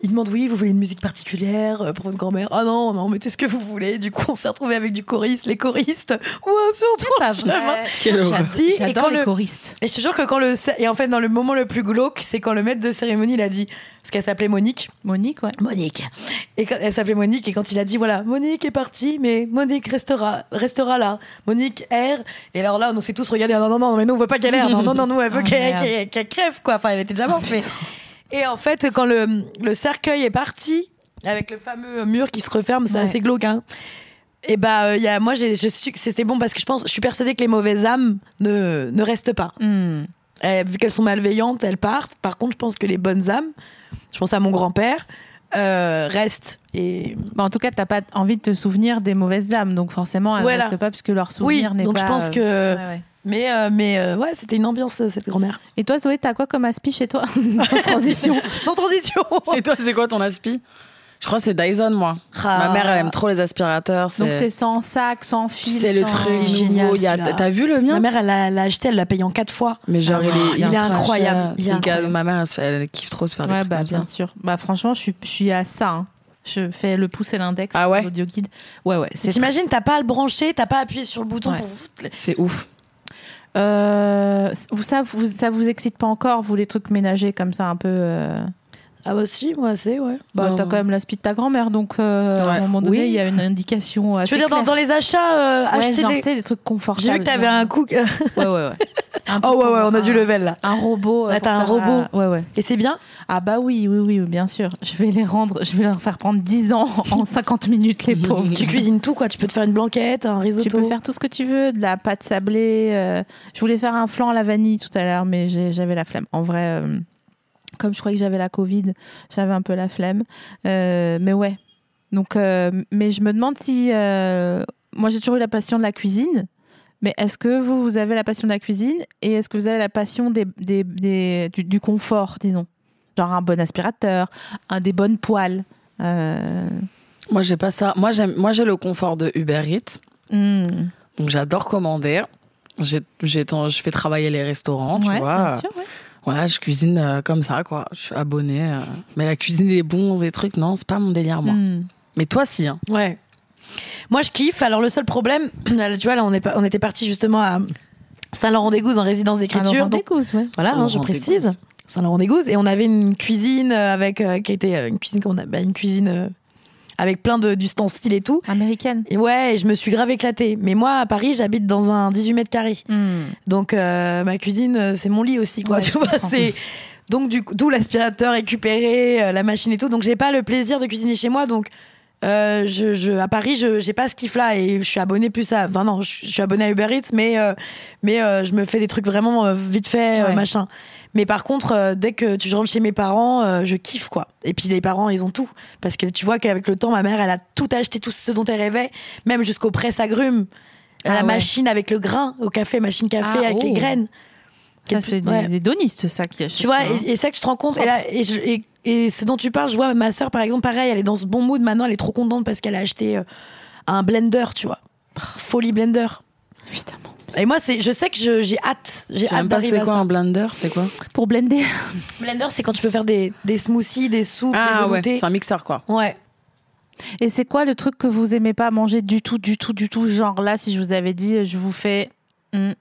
D: il demande oui, vous voulez une musique particulière euh, pour votre grand-mère Ah non, non, mettez ce que vous voulez. Du coup, on s'est retrouvé avec du choriste, les choristes. Ouais, sur ton
B: Pas
D: chemin.
B: vrai.
C: Quelle horreur.
D: Si, et quand
B: J'adore les
D: le-
B: choristes.
D: Et je te jure que quand le et en fait dans le moment le plus glauque, c'est quand le maître de cérémonie il a dit parce qu'elle s'appelait Monique.
B: Monique, ouais.
D: Monique. Et quand, elle s'appelait Monique et quand il a dit voilà Monique est partie mais Monique restera restera là. Monique erre et alors là on s'est tous regardés ah, non non non mais nous on veut pas qu'elle erre non non non nous elle veut
B: Oh,
D: qu'elle
B: merde.
D: qu'elle- qu'elle crève quoi enfin elle était déjà morte mais et en fait quand le, le cercueil est parti avec le fameux mur qui se referme c'est
B: Ouais.
D: assez glauque hein. Et bah euh, il y a, moi j'ai, je suis c'était bon parce que je pense je suis persuadée que les mauvaises âmes ne ne restent pas.
B: Hmm.
D: Euh, vu qu'elles sont malveillantes, elles partent. Par contre, je pense que les bonnes âmes, je pense à mon grand-père, euh, restent. Et
B: Bah, en tout cas, t'as pas envie de te souvenir des mauvaises âmes, donc forcément, elles
D: Voilà.
B: restent pas puisque leur souvenir
D: Oui,
B: n'est
D: donc
B: pas.
D: je pense
B: euh,
D: que-
B: ouais, ouais.
D: mais euh, mais euh, ouais, c'était une ambiance euh, cette grand-mère.
B: Et toi, Zoé, t'as quoi comme aspi chez toi Sans transition.
D: Sans transition.
C: Et toi, c'est quoi ton aspi Je crois que c'est Dyson, moi.
D: Ah.
C: Ma mère, elle aime trop les aspirateurs.
B: Donc c'est sans sac, sans fil.
C: c'est le
B: sans-
C: truc
D: Il est génial,
C: nouveau. Il y a-
D: celui-là.
C: T'as vu le mien
D: Ma mère, elle l'a elle l'a acheté, elle l'a payé en quatre fois.
C: Mais genre,
D: Ah ouais.
C: il est,
D: Il est incroyable. Il est
C: C'est le gars de
D: incroyable.
C: ma mère, elle, se fait- elle kiffe trop se faire des
B: Ouais,
C: trucs
B: bah
C: comme
B: bien
C: ça.
B: sûr. Bah franchement, je suis, je suis à ça. hein. Je fais le pouce et l'index
C: Ah
B: pour
C: ouais
B: l'audio guide. Ouais, ouais. C'est
D: T'imagines, t'as pas à le brancher, t'as pas à appuyer sur le bouton
B: Ouais.
D: pour vous.
C: C'est ouf.
B: très- Euh, vous- ça, vous, ça vous excite pas encore, vous, les trucs ménagers comme ça, un peu. euh,
D: Ah bah si, moi c'est, ouais.
B: Bah,
C: Non.
B: t'as quand même l'aspi de ta grand-mère, donc euh, à
C: Ouais.
B: un moment donné, il
D: Oui.
B: y a une indication. Assez
D: Tu veux dire, dans,
B: claire.
D: dans les achats, euh,
B: Ouais,
D: acheter
B: genre,
D: des...
B: tu sais, des trucs confortables.
D: J'ai vu que t'avais
B: genre.
D: un cook.
B: Ouais, ouais, ouais. Un
D: oh
B: truc
D: ouais,
B: pour-
D: ouais, on a
B: un-
D: du level là.
B: Un robot. euh,
D: Ah,
B: pour
D: t'as un
B: faire, euh,
D: robot.
B: Ouais, ouais.
D: Et c'est bien
B: Ah bah oui, oui, oui, oui, bien sûr. Je vais les rendre, je vais leur faire prendre 10 ans en 50 minutes, les pauvres.
D: Tu cuisines tout, quoi. Tu peux te faire une blanquette, un risotto.
B: Tu peux faire tout ce que tu veux, de la pâte sablée. euh, je voulais faire un flan à la vanille tout à l'heure, mais j'ai- j'avais la flemme. En vrai, euh, comme je croyais que j'avais la Covid, j'avais un peu la flemme. Euh, mais ouais. Donc, euh, mais je me demande si. euh, moi, j'ai toujours eu la passion de la cuisine. Mais est-ce que vous, vous avez la passion de la cuisine et est-ce que vous avez la passion des, des- des- du, du confort, disons Genre un bon aspirateur, un des bonnes poêles. euh,
C: Moi, j'ai pas ça. Moi, j'aime. Moi, j'ai le confort de Uber Eats.
B: hmm.
C: Donc, j'adore commander. J'ai, j'ai ton- je fais travailler les restaurants, Oh, tu
B: Ouais,
C: vois.
B: bien sûr, ouais.
C: Voilà, je cuisine euh, comme ça, quoi. Je suis abonnée. euh. Mais la cuisine des bons, des trucs, non, c'est pas mon délire,
D: Mm.
C: moi.
B: Hmm.
C: Mais toi, si. Hein.
D: Ouais. Moi, je kiffe. Alors, le seul problème, là, tu vois, là, on, est pas- on était parti justement à Saint-Laurent-des-Gouzes en résidence d'écriture. Donc,
B: Saint-Laurent-des-Gouzes, ouais.
D: voilà, hein, je précise. Saint-Laurent-des-Gouzes. Et on avait une cuisine euh, avec. euh, qui était euh, une cuisine, comment on a- bah, une cuisine euh, avec plein de- d'ustensiles et tout.
B: Américaine.
D: Et ouais, et je me suis grave éclatée. Mais moi, à Paris, j'habite dans un 18 mètres carrés.
B: Hmm.
D: Donc euh, ma cuisine, euh, c'est mon lit aussi, quoi.
B: Ouais,
D: tu
B: je
D: vois,
B: comprends.
D: c'est donc du coup- d'où l'aspirateur récupéré, euh, la machine et tout. Donc j'ai pas le plaisir de cuisiner chez moi. Donc euh, je, je- à Paris, je j'ai pas ce kiff là et je suis abonnée plus à. Enfin non, je, je suis abonnée à Uber Eats, mais euh, mais euh, je me fais des trucs vraiment euh, vite fait, euh,
B: Ouais.
D: machin. Mais par contre, euh, dès que tu rentres chez mes parents, euh, je kiffe quoi. Et puis les parents, ils ont tout parce que tu vois qu'avec le temps, ma mère, elle a tout acheté, tout ce dont elle rêvait, même jusqu'au presse agrumes.
B: Ah
D: la
B: ouais.
D: machine avec le grain au café, machine café
B: Ah,
D: avec les
B: oh.
D: graines. Qui est
B: Ça,
D: plus-
B: c'est des
D: ouais.
B: hédonistes, ça, qui achètent.
D: Tu vois,
B: ça, hein.
D: et, et ça que tu te rends compte. Et, là, et, je- et- et ce dont tu parles, je vois ma sœur, par exemple, pareil, elle est dans ce bon mood maintenant, elle est trop contente parce qu'elle a acheté euh, un blender, tu vois. Folie blender.
B: Évidemment.
D: Et moi, c'est, je sais que je- j'ai hâte. J'ai hâte
C: Tu même pas
D: d'arriver
C: c'est
D: à
C: quoi
D: ça.
C: un blender, c'est quoi
B: Pour blender.
D: Blender, c'est quand tu peux faire des, des smoothies, des soupes,
B: Ah,
D: des veloutés.
C: Ah, c'est un mixeur, quoi.
D: Ouais.
B: Et c'est quoi le truc que vous aimez pas manger du tout, du tout, du tout Genre là, si je vous avais dit, euh, je vous fais. hmm,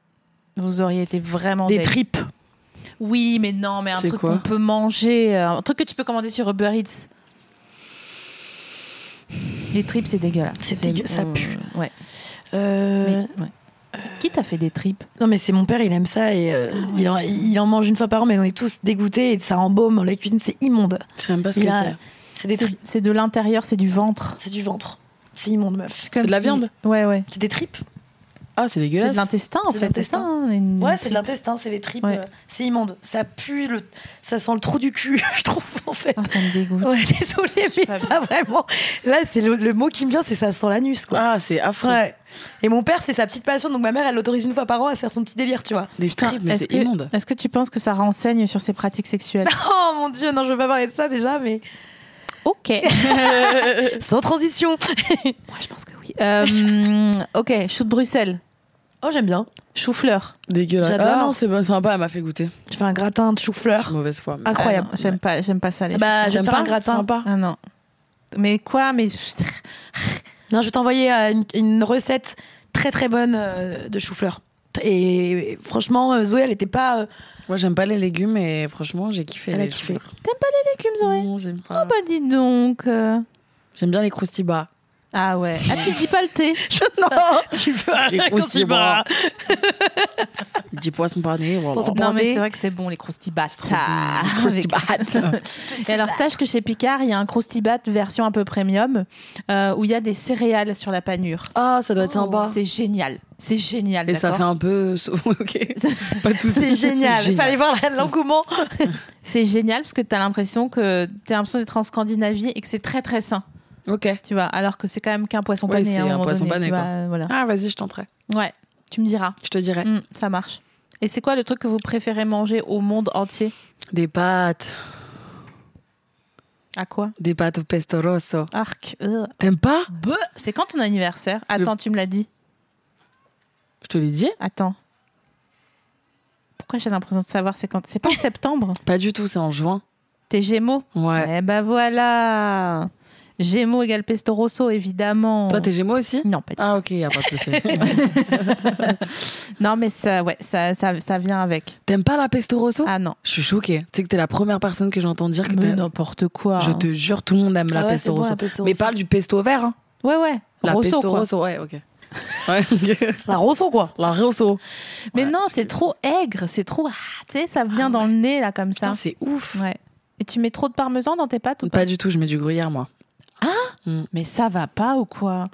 B: Vous auriez été vraiment.
D: Des
B: deg.
D: tripes.
B: Oui, mais non, mais un
C: C'est
B: truc
C: quoi
B: qu'on peut manger. euh, Un truc que tu peux commander sur Uber Eats. Les tripes, c'est dégueulasse.
D: C'est dégueu- ça pue.
B: euh, Ouais.
D: Euh,
B: mais- ouais. Qui t'a fait des tripes
D: Non, mais c'est mon père, il aime ça et
B: Ah,
D: euh, il, en, il en mange une fois par an, mais on est tous dégoûtés et ça embaume. La cuisine, c'est immonde.
C: Je sais même pas ce
D: Il
C: que
D: a-
C: c'est.
D: C'est des
B: C'est-
D: tripes.
B: C'est de l'intérieur, c'est du ventre.
D: C'est du ventre. C'est immonde, meuf.
C: C'est
B: Comme
C: de la
B: si-
C: viande
B: Ouais, ouais.
D: C'est des tripes.
C: Ah, c'est
B: C'est
C: dégueulasse.
B: de l'intestin, en
D: C'est de
B: fait. C'est ça.
D: l'intestin.
B: hein, une-
D: Ouais, c'est de l'intestin, c'est les tripes.
B: Ouais.
D: euh, C'est immonde. Ça pue, le... ça sent le trou du cul, je trouve, en fait.
B: Ah, ça me
C: Oh,
B: dégoûte.
D: Ouais, désolée, mais
B: pas
D: ça vraiment. Là, c'est le, le mot qui me vient, c'est ça sent l'anus, quoi.
C: Ah, c'est affreux.
D: Ouais. Et mon père, c'est sa petite passion, donc ma mère, elle l'autorise une fois par an à se faire son petit délire, tu vois.
C: Des
B: Putain,
C: tripes, mais
B: est-ce
C: c'est
B: que,
C: immonde. Ah,
B: est-ce que tu penses que ça renseigne sur ses pratiques sexuelles
D: Oh mon dieu, non, je veux pas parler de ça déjà, mais.
B: Ok.
D: Sans transition
B: Moi, je pense que oui. Euh, ok, chou de Bruxelles,
D: Oh, j'aime bien.
B: chou-fleur. Euh,
C: Dégueulasse.
D: J'adore.
C: Ah non, c'est pas sympa, elle m'a fait goûter.
D: Je fais un gratin de
C: Je suis
D: chou-fleur.
C: mauvaise foi. mais-
D: Incroyable.
B: Ah non, j'aime pas, j'aime pas ça. Les
D: bah, je vais
C: J'aime
D: te faire
C: pas,
D: un gratin.
C: sympa.
B: Ah non. Mais quoi Mais
D: Non, je vais t'envoyer euh, une, une recette très très bonne euh, de chou-fleur. Et franchement, euh, Zoé, elle était pas. euh,
C: Moi, j'aime pas les légumes et franchement, j'ai kiffé.
D: Elle a
C: les
D: kiffé.
C: choux-fleurs.
B: légumes, Zoé
C: Non, j'aime
B: Oh
C: pas.
B: bah dis donc. euh.
C: J'aime bien les croustibas.
B: Ah ouais. Ah tu dis pas le thé
D: Non, tu peux
C: Les
D: croustibas.
C: croustibas. 10 poissons panés. voilà. Ah,
D: Poisson-
B: Non mais
D: Bandé.
B: c'est vrai que c'est bon les croustibats. Ah,
C: bon, les croustibats.
B: Et alors sache que chez Picard il y a un croustibat version un peu premium euh, où il y a des céréales sur la panure. Oh,
C: Ah, ça doit être sympa.
B: C'est génial. C'est génial.
C: Et ça
B: d'accord
C: fait un peu. ok. Pas de soucis.
D: C'est génial. Il fallait voir l'engouement.
B: C'est génial parce que t'as l'impression que t'as l'impression d'être en Scandinavie et que c'est très très sain,
C: Ok.
B: tu vois. Alors que c'est quand même qu'un poisson
C: Ouais,
B: pané. hein,
C: c'est
B: à
C: un
B: moment
C: poisson
B: donné,
C: pané,
B: tu
C: quoi.
B: vois, euh, voilà.
C: Ah, vas-y, je tenterai.
B: Ouais. Tu me diras.
C: Je te dirai.
B: Mm, ça marche. Et c'est quoi le truc que vous préférez manger au monde entier
C: Des pâtes.
B: À quoi
C: Des pâtes au pesto rosso.
B: Arc. euh.
C: T'aimes pas
B: Beuh, C'est quand ton anniversaire Attends, tu me l'as dit.
C: Je te l'ai dit
B: Attends. Pourquoi j'ai l'impression de savoir c'est quand C'est pas en septembre
C: Pas du tout, c'est en juin.
B: T'es Gémeaux
C: Ouais.
B: Eh ben voilà Gémeaux égale pesto rosso, évidemment.
C: Toi, t'es Gémeaux aussi
B: Non, pas du
C: Ah, ok, y a pas de souci.
B: tout. Non, mais ça, ouais, ça, ça, ça vient avec.
C: T'aimes pas la pesto rosso
B: Ah Bah, non.
C: Je suis choquée. Tu sais que t'es la première personne que j'entends dire que
B: Mais
C: t'aimes.
B: n'importe quoi. hein.
C: Je te jure, tout le monde aime
D: Ah
C: la
D: ouais, c'est
C: pesto
D: bon,
C: rosso.
D: la pesto
C: Mais
D: rosso.
C: parle du pesto vert. Hein.
B: Ouais, ouais.
C: La
B: rosso,
C: pesto
B: quoi.
C: rosso, ouais, ok. Ouais, ok.
D: La rosson, quoi.
C: la rosso.
B: Mais
C: Ouais,
B: non,
C: parce
B: c'est
C: que-
B: trop aigre, c'est trop. ah, tu sais, ça vient dans le nez, là, comme ça.
C: Putain, c'est ouf.
B: ouais. Et tu mets trop de parmesan dans tes pâtes ou pas,
C: Pas du tout, je mets du gruyère, moi.
B: Mais ça va pas ou quoi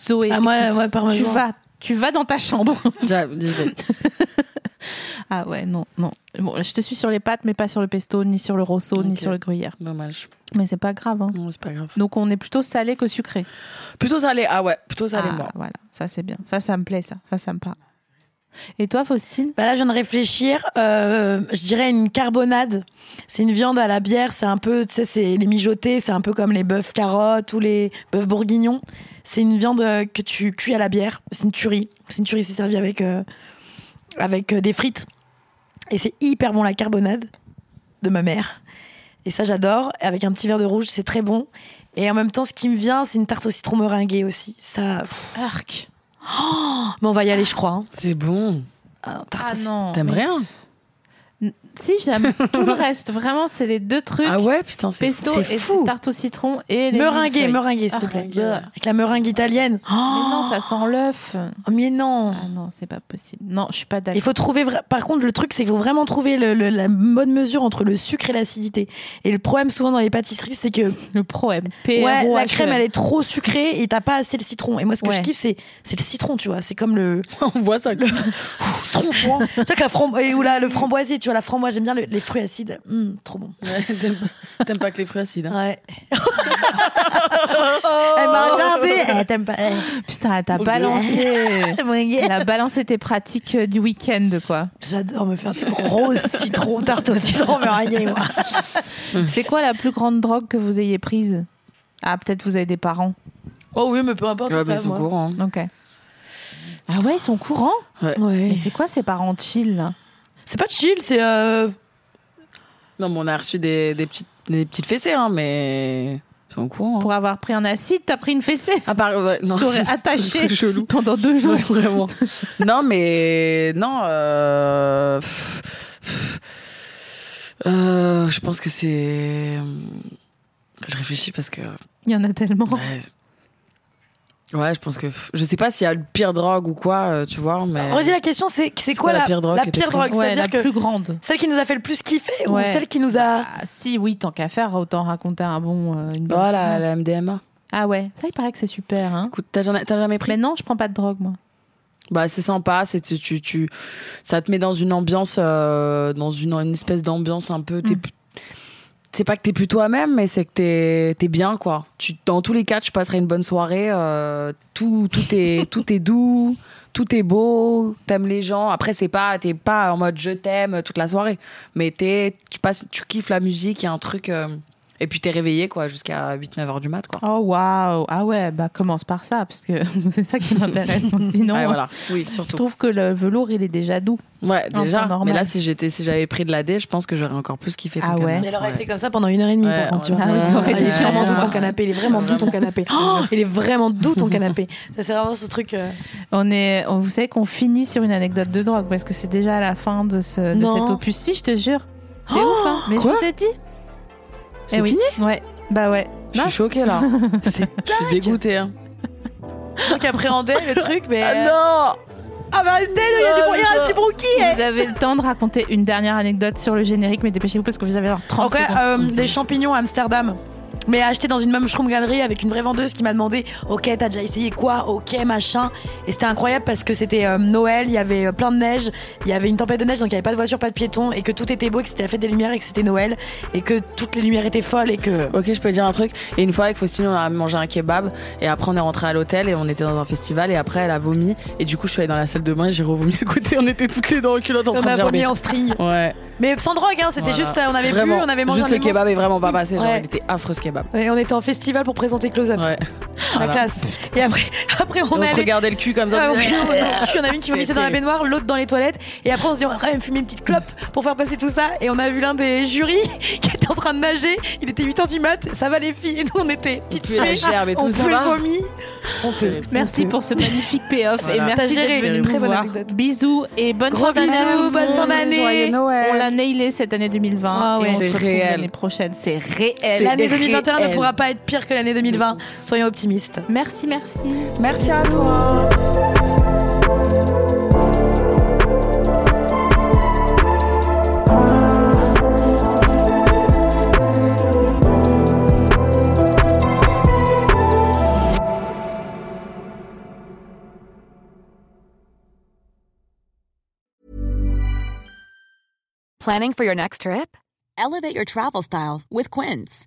B: Zoé,
D: Ah, moi,
B: écoute,
D: ouais, parmesan.
B: tu vas, tu vas dans ta chambre.
C: J'a- disais.
B: ah ouais, non, non. Bon, je te suis sur les pâtes, mais pas sur le pesto, ni sur le rosso, ni
C: Ok. Mm.
B: sur le gruyère.
C: Dommage.
B: Mais c'est pas grave. hein.
C: Non, c'est pas grave.
B: Donc on est plutôt salé que sucré.
C: Plutôt salé. Ah ouais, plutôt salé,
B: Ah,
C: moi.
B: Voilà, ça c'est bien. Ça, ça me plaît, ça. Ça, ça me parle. Et toi, Faustine
D: Bah là, je viens de réfléchir. Euh, je dirais une carbonade. C'est une viande à la bière. C'est un peu, tu sais, c'est les mijotés. C'est un peu comme les bœufs carottes ou les bœufs bourguignons. C'est une viande euh, que tu cuis à la bière. C'est une tuerie. C'est une tuerie. C'est servi avec, euh, avec euh, des frites. Et c'est hyper bon, la carbonade de ma mère. Et ça, j'adore. Et Avec un petit verre de rouge, c'est très bon. Et en même temps, ce qui me vient, c'est une tarte au citron meringuée aussi. Ça, pff. Oh,
B: Arc.
D: mais on va y aller, je crois. hein.
C: C'est bon.
D: Ah, tarte
B: Ah
D: au citron.
B: non.
C: T'aimes
B: mais-
C: rien
B: Si, j'aime tout le reste. Vraiment, c'est les deux trucs.
C: Ah ouais, putain, c'est fou.
B: Pesto
D: c'est
B: et
D: fou.
B: tarte au citron et les
D: Meringuée,
B: millefeuilles.
D: meringuée, s'il te plaît. Ah.
C: Meringuée.
D: Avec la meringue italienne.
B: Ah, Mais non, ça sent l'œuf.
D: Oh, mais non.
B: Ah non, c'est pas possible. Non, je suis pas
D: Il
B: d'accord.
D: faut trouver. vra- Par contre, le truc, c'est qu'il faut vraiment trouver le- le- la bonne mesure entre le sucre et l'acidité. Et le problème, souvent dans les pâtisseries, c'est que
B: Le pro M. P
D: ouais,
B: R O H E.
D: la crème, elle est trop sucrée et t'as pas assez le citron. Et moi, ce que
B: Ouais.
D: je kiffe, c'est c'est le citron, tu vois. C'est comme le
C: On voit ça.
D: citron, tu vois. Tu vois que la fram- et- ou la, le framboisier, tu vois. La framboise, j'aime bien le- les fruits acides. Hum, trop bon.
C: Ouais, T'aimes pas- t'aimes pas que les fruits acides. hein.
D: Ouais. Elle
B: Oh.
D: m'a regardé. Elle t'aime pas. Eh.
B: Putain, t'as
C: Ok.
B: balancé.
D: C'est mon gars.
B: Elle a balancé tes pratiques euh, du week-end, quoi.
D: J'adore me faire des gros citrons, tarte au citron meringuée, moi.
B: C'est quoi la plus grande drogue que vous ayez prise Ah, peut-être vous avez des parents.
D: Oh oui, mais peu importe.
C: Ouais,
D: ça,
C: mais ils sont
D: moi.
C: courants.
B: Ok. Ah ouais, ils sont courants
D: Ouais.
B: Mais c'est quoi ces parents chill là
D: C'est pas chill, c'est. euh,
C: Non, mais on a reçu des, des petites, des petites fessées, hein, mais ils sont au
D: Oh.
C: courant. hein.
B: Pour avoir pris un acide, t'as pris une fessée
C: À part, ouais,
B: Je
C: non.
B: t'aurais
C: C'est un
B: attaché
C: truc chelou.
B: pendant deux jours.
C: Ouais, vraiment. non, mais non. euh, pff, pff, euh, je pense que c'est. Je réfléchis parce que.
B: Il y en a
D: Oh.
B: tellement.
C: Ouais, Ouais, je pense que. Je sais pas s'il y a le pire drogue ou quoi, euh, tu vois, mais.
D: Redis la question, c'est c'est quoi, la pire drogue La
C: que t'as
D: pire
C: prise
D: drogue,
B: Ouais, la
D: c'est-à-dire que
B: plus grande.
D: celle qui nous a fait le plus kiffer ou
B: Ouais.
D: celle qui nous a.
B: Ah, si, oui, tant qu'à faire, autant raconter un bon, euh, une bonne
C: Voilà,
B: expérience.
C: la MDMA.
B: Ah ouais, ça il paraît que c'est super. Hein.
C: Écoute, t'as jamais, t'as jamais pris
B: Mais non, je prends pas de drogue moi.
C: Bah, c'est sympa, c'est tu, tu, tu- ça te met dans une ambiance, euh, dans une, une espèce d'ambiance un peu. t'es
B: Mm.
C: pu- C'est pas que t'es plus toi-même, mais c'est que t'es t'es bien quoi. Tu, dans tous les cas, tu passerais une bonne soirée. euh, tout tout est tout est doux, tout est beau. T'aimes les gens. Après, c'est pas t'es pas en mode je t'aime toute la soirée, mais t'es tu passes tu kiffes la musique. Il y a un truc euh, et puis t'es réveillé quoi jusqu'à 8-9 heures du mat quoi.
B: Oh waouh Ah ouais, bah commence par ça parce que c'est ça qui m'intéresse. hein. Sinon,
C: Ouais, voilà. Oui,
B: je
C: surtout.
B: trouve que le velours il est déjà doux.
C: Ouais,
B: En
C: déjà.
B: temps normal.
C: Mais là, si j'étais, si j'avais pris de la D, je pense que j'aurais encore plus kiffé. ton
B: Ah ouais.
C: canard.
D: Mais elle aurait été comme ça pendant une heure et demie,
C: Ouais,
D: par contre, tu
C: ouais,
D: vois.
B: Ah oui, ça aurait
D: Il
B: été
D: est
B: chiant.
D: vraiment doux ton canapé, il est vraiment doux ton canapé. Oh, il est vraiment doux ton canapé. Ça, c'est vraiment ce truc. euh,
B: On est, on, vous savez qu'on finit sur une anecdote de drogue parce que c'est déjà à la fin de, ce, de
D: Non.
B: cet opus. Si, je te jure. C'est
D: Oh,
B: ouf, hein. Mais
C: quoi
B: je vous ai dit.
C: C'est
B: Eh oui. Ouais. Bah ouais.
C: Je suis choquée là. je suis dégoûtée. hein.
D: truc appréhendait le truc, mais. euh,
C: non
D: Ah bah, Dale, il y a du bron- il reste du bronchi eh.
B: Vous avez le temps de raconter une dernière anecdote sur le générique, mais dépêchez-vous parce que vous avez alors 30
D: Ok,
B: secondes.
D: euh, des champignons à Amsterdam. Mais acheté dans une même shroom galerie avec une vraie vendeuse qui m'a demandé Ok, t'as déjà essayé quoi Ok, machin. Et c'était incroyable parce que c'était euh, Noël, il y avait euh, plein de neige, il y avait une tempête de neige, donc il n'y avait pas de voiture, pas de piéton, et que tout était beau, et que c'était la fête des lumières, et que c'était Noël, et que toutes les lumières étaient folles, et que.
C: Ok, je peux dire un truc. Et une fois avec Faustine, on a mangé un kebab et après on est rentré à l'hôtel et on était dans un festival et après elle a vomi et du coup je suis allée dans la salle de bain et j'ai revomi à côté. On était toutes les deux en culotte en
D: On
C: train
D: a
C: de gerber.
D: vomi en string.
C: Ouais.
D: Mais sans drogue, hein, c'était
C: Voilà.
D: juste, euh, on avait
C: Vraiment,
D: bu, on avait mangé
C: Juste
D: un
C: le
D: immense-
C: kebab est vraiment pas passé. Genre,
D: Ouais.
C: il était affreux ce kebab.
D: Et on était en festival pour présenter Close Up.
C: Ouais.
D: La
C: Voilà.
D: classe. Et après, après on,
C: On,
D: est
C: se
D: allé.
C: regardait le cul comme
D: Ah,
C: ça.
D: on- on a une qui vomissait dans la
C: C'était-
D: baignoire, l'autre dans les toilettes. Et après, on se dit, on va quand même fumer une petite clope pour faire passer tout ça. Et on a vu l'un des jurys qui était en train de nager. Il était 8h du mat. Ça va, les filles. Et nous, on était petites
C: puait la
D: suées.
C: gerbe et tout,
D: On
C: ça
D: pue le
C: va
D: vomi.
C: Honteux.
B: Merci pour ce magnifique payoff
C: Voilà.
B: et
D: T'as
B: merci
D: géré,
B: d'être venu
D: très
B: nous
D: bonne
B: voir.
D: anecdote.
B: Bisous et bonne
D: Gros
B: fin d'année à
D: bisous,
B: tout le
D: bonne fin
B: monde.
D: d'année.
C: Joyeux Noël.
B: On l'a nailé cette année 2020
D: Ah ouais.
B: et on se
C: C'est
B: retrouve
C: réel.
B: l'année prochaine. C'est réel.
D: L'année 2021 ne
C: réel.
D: pourra pas être pire que l'année
C: Mm.
D: 2020. Soyons optimistes.
B: Merci, merci.
C: Merci à toi.
F: Planning for your next trip? Elevate your travel style with Quince.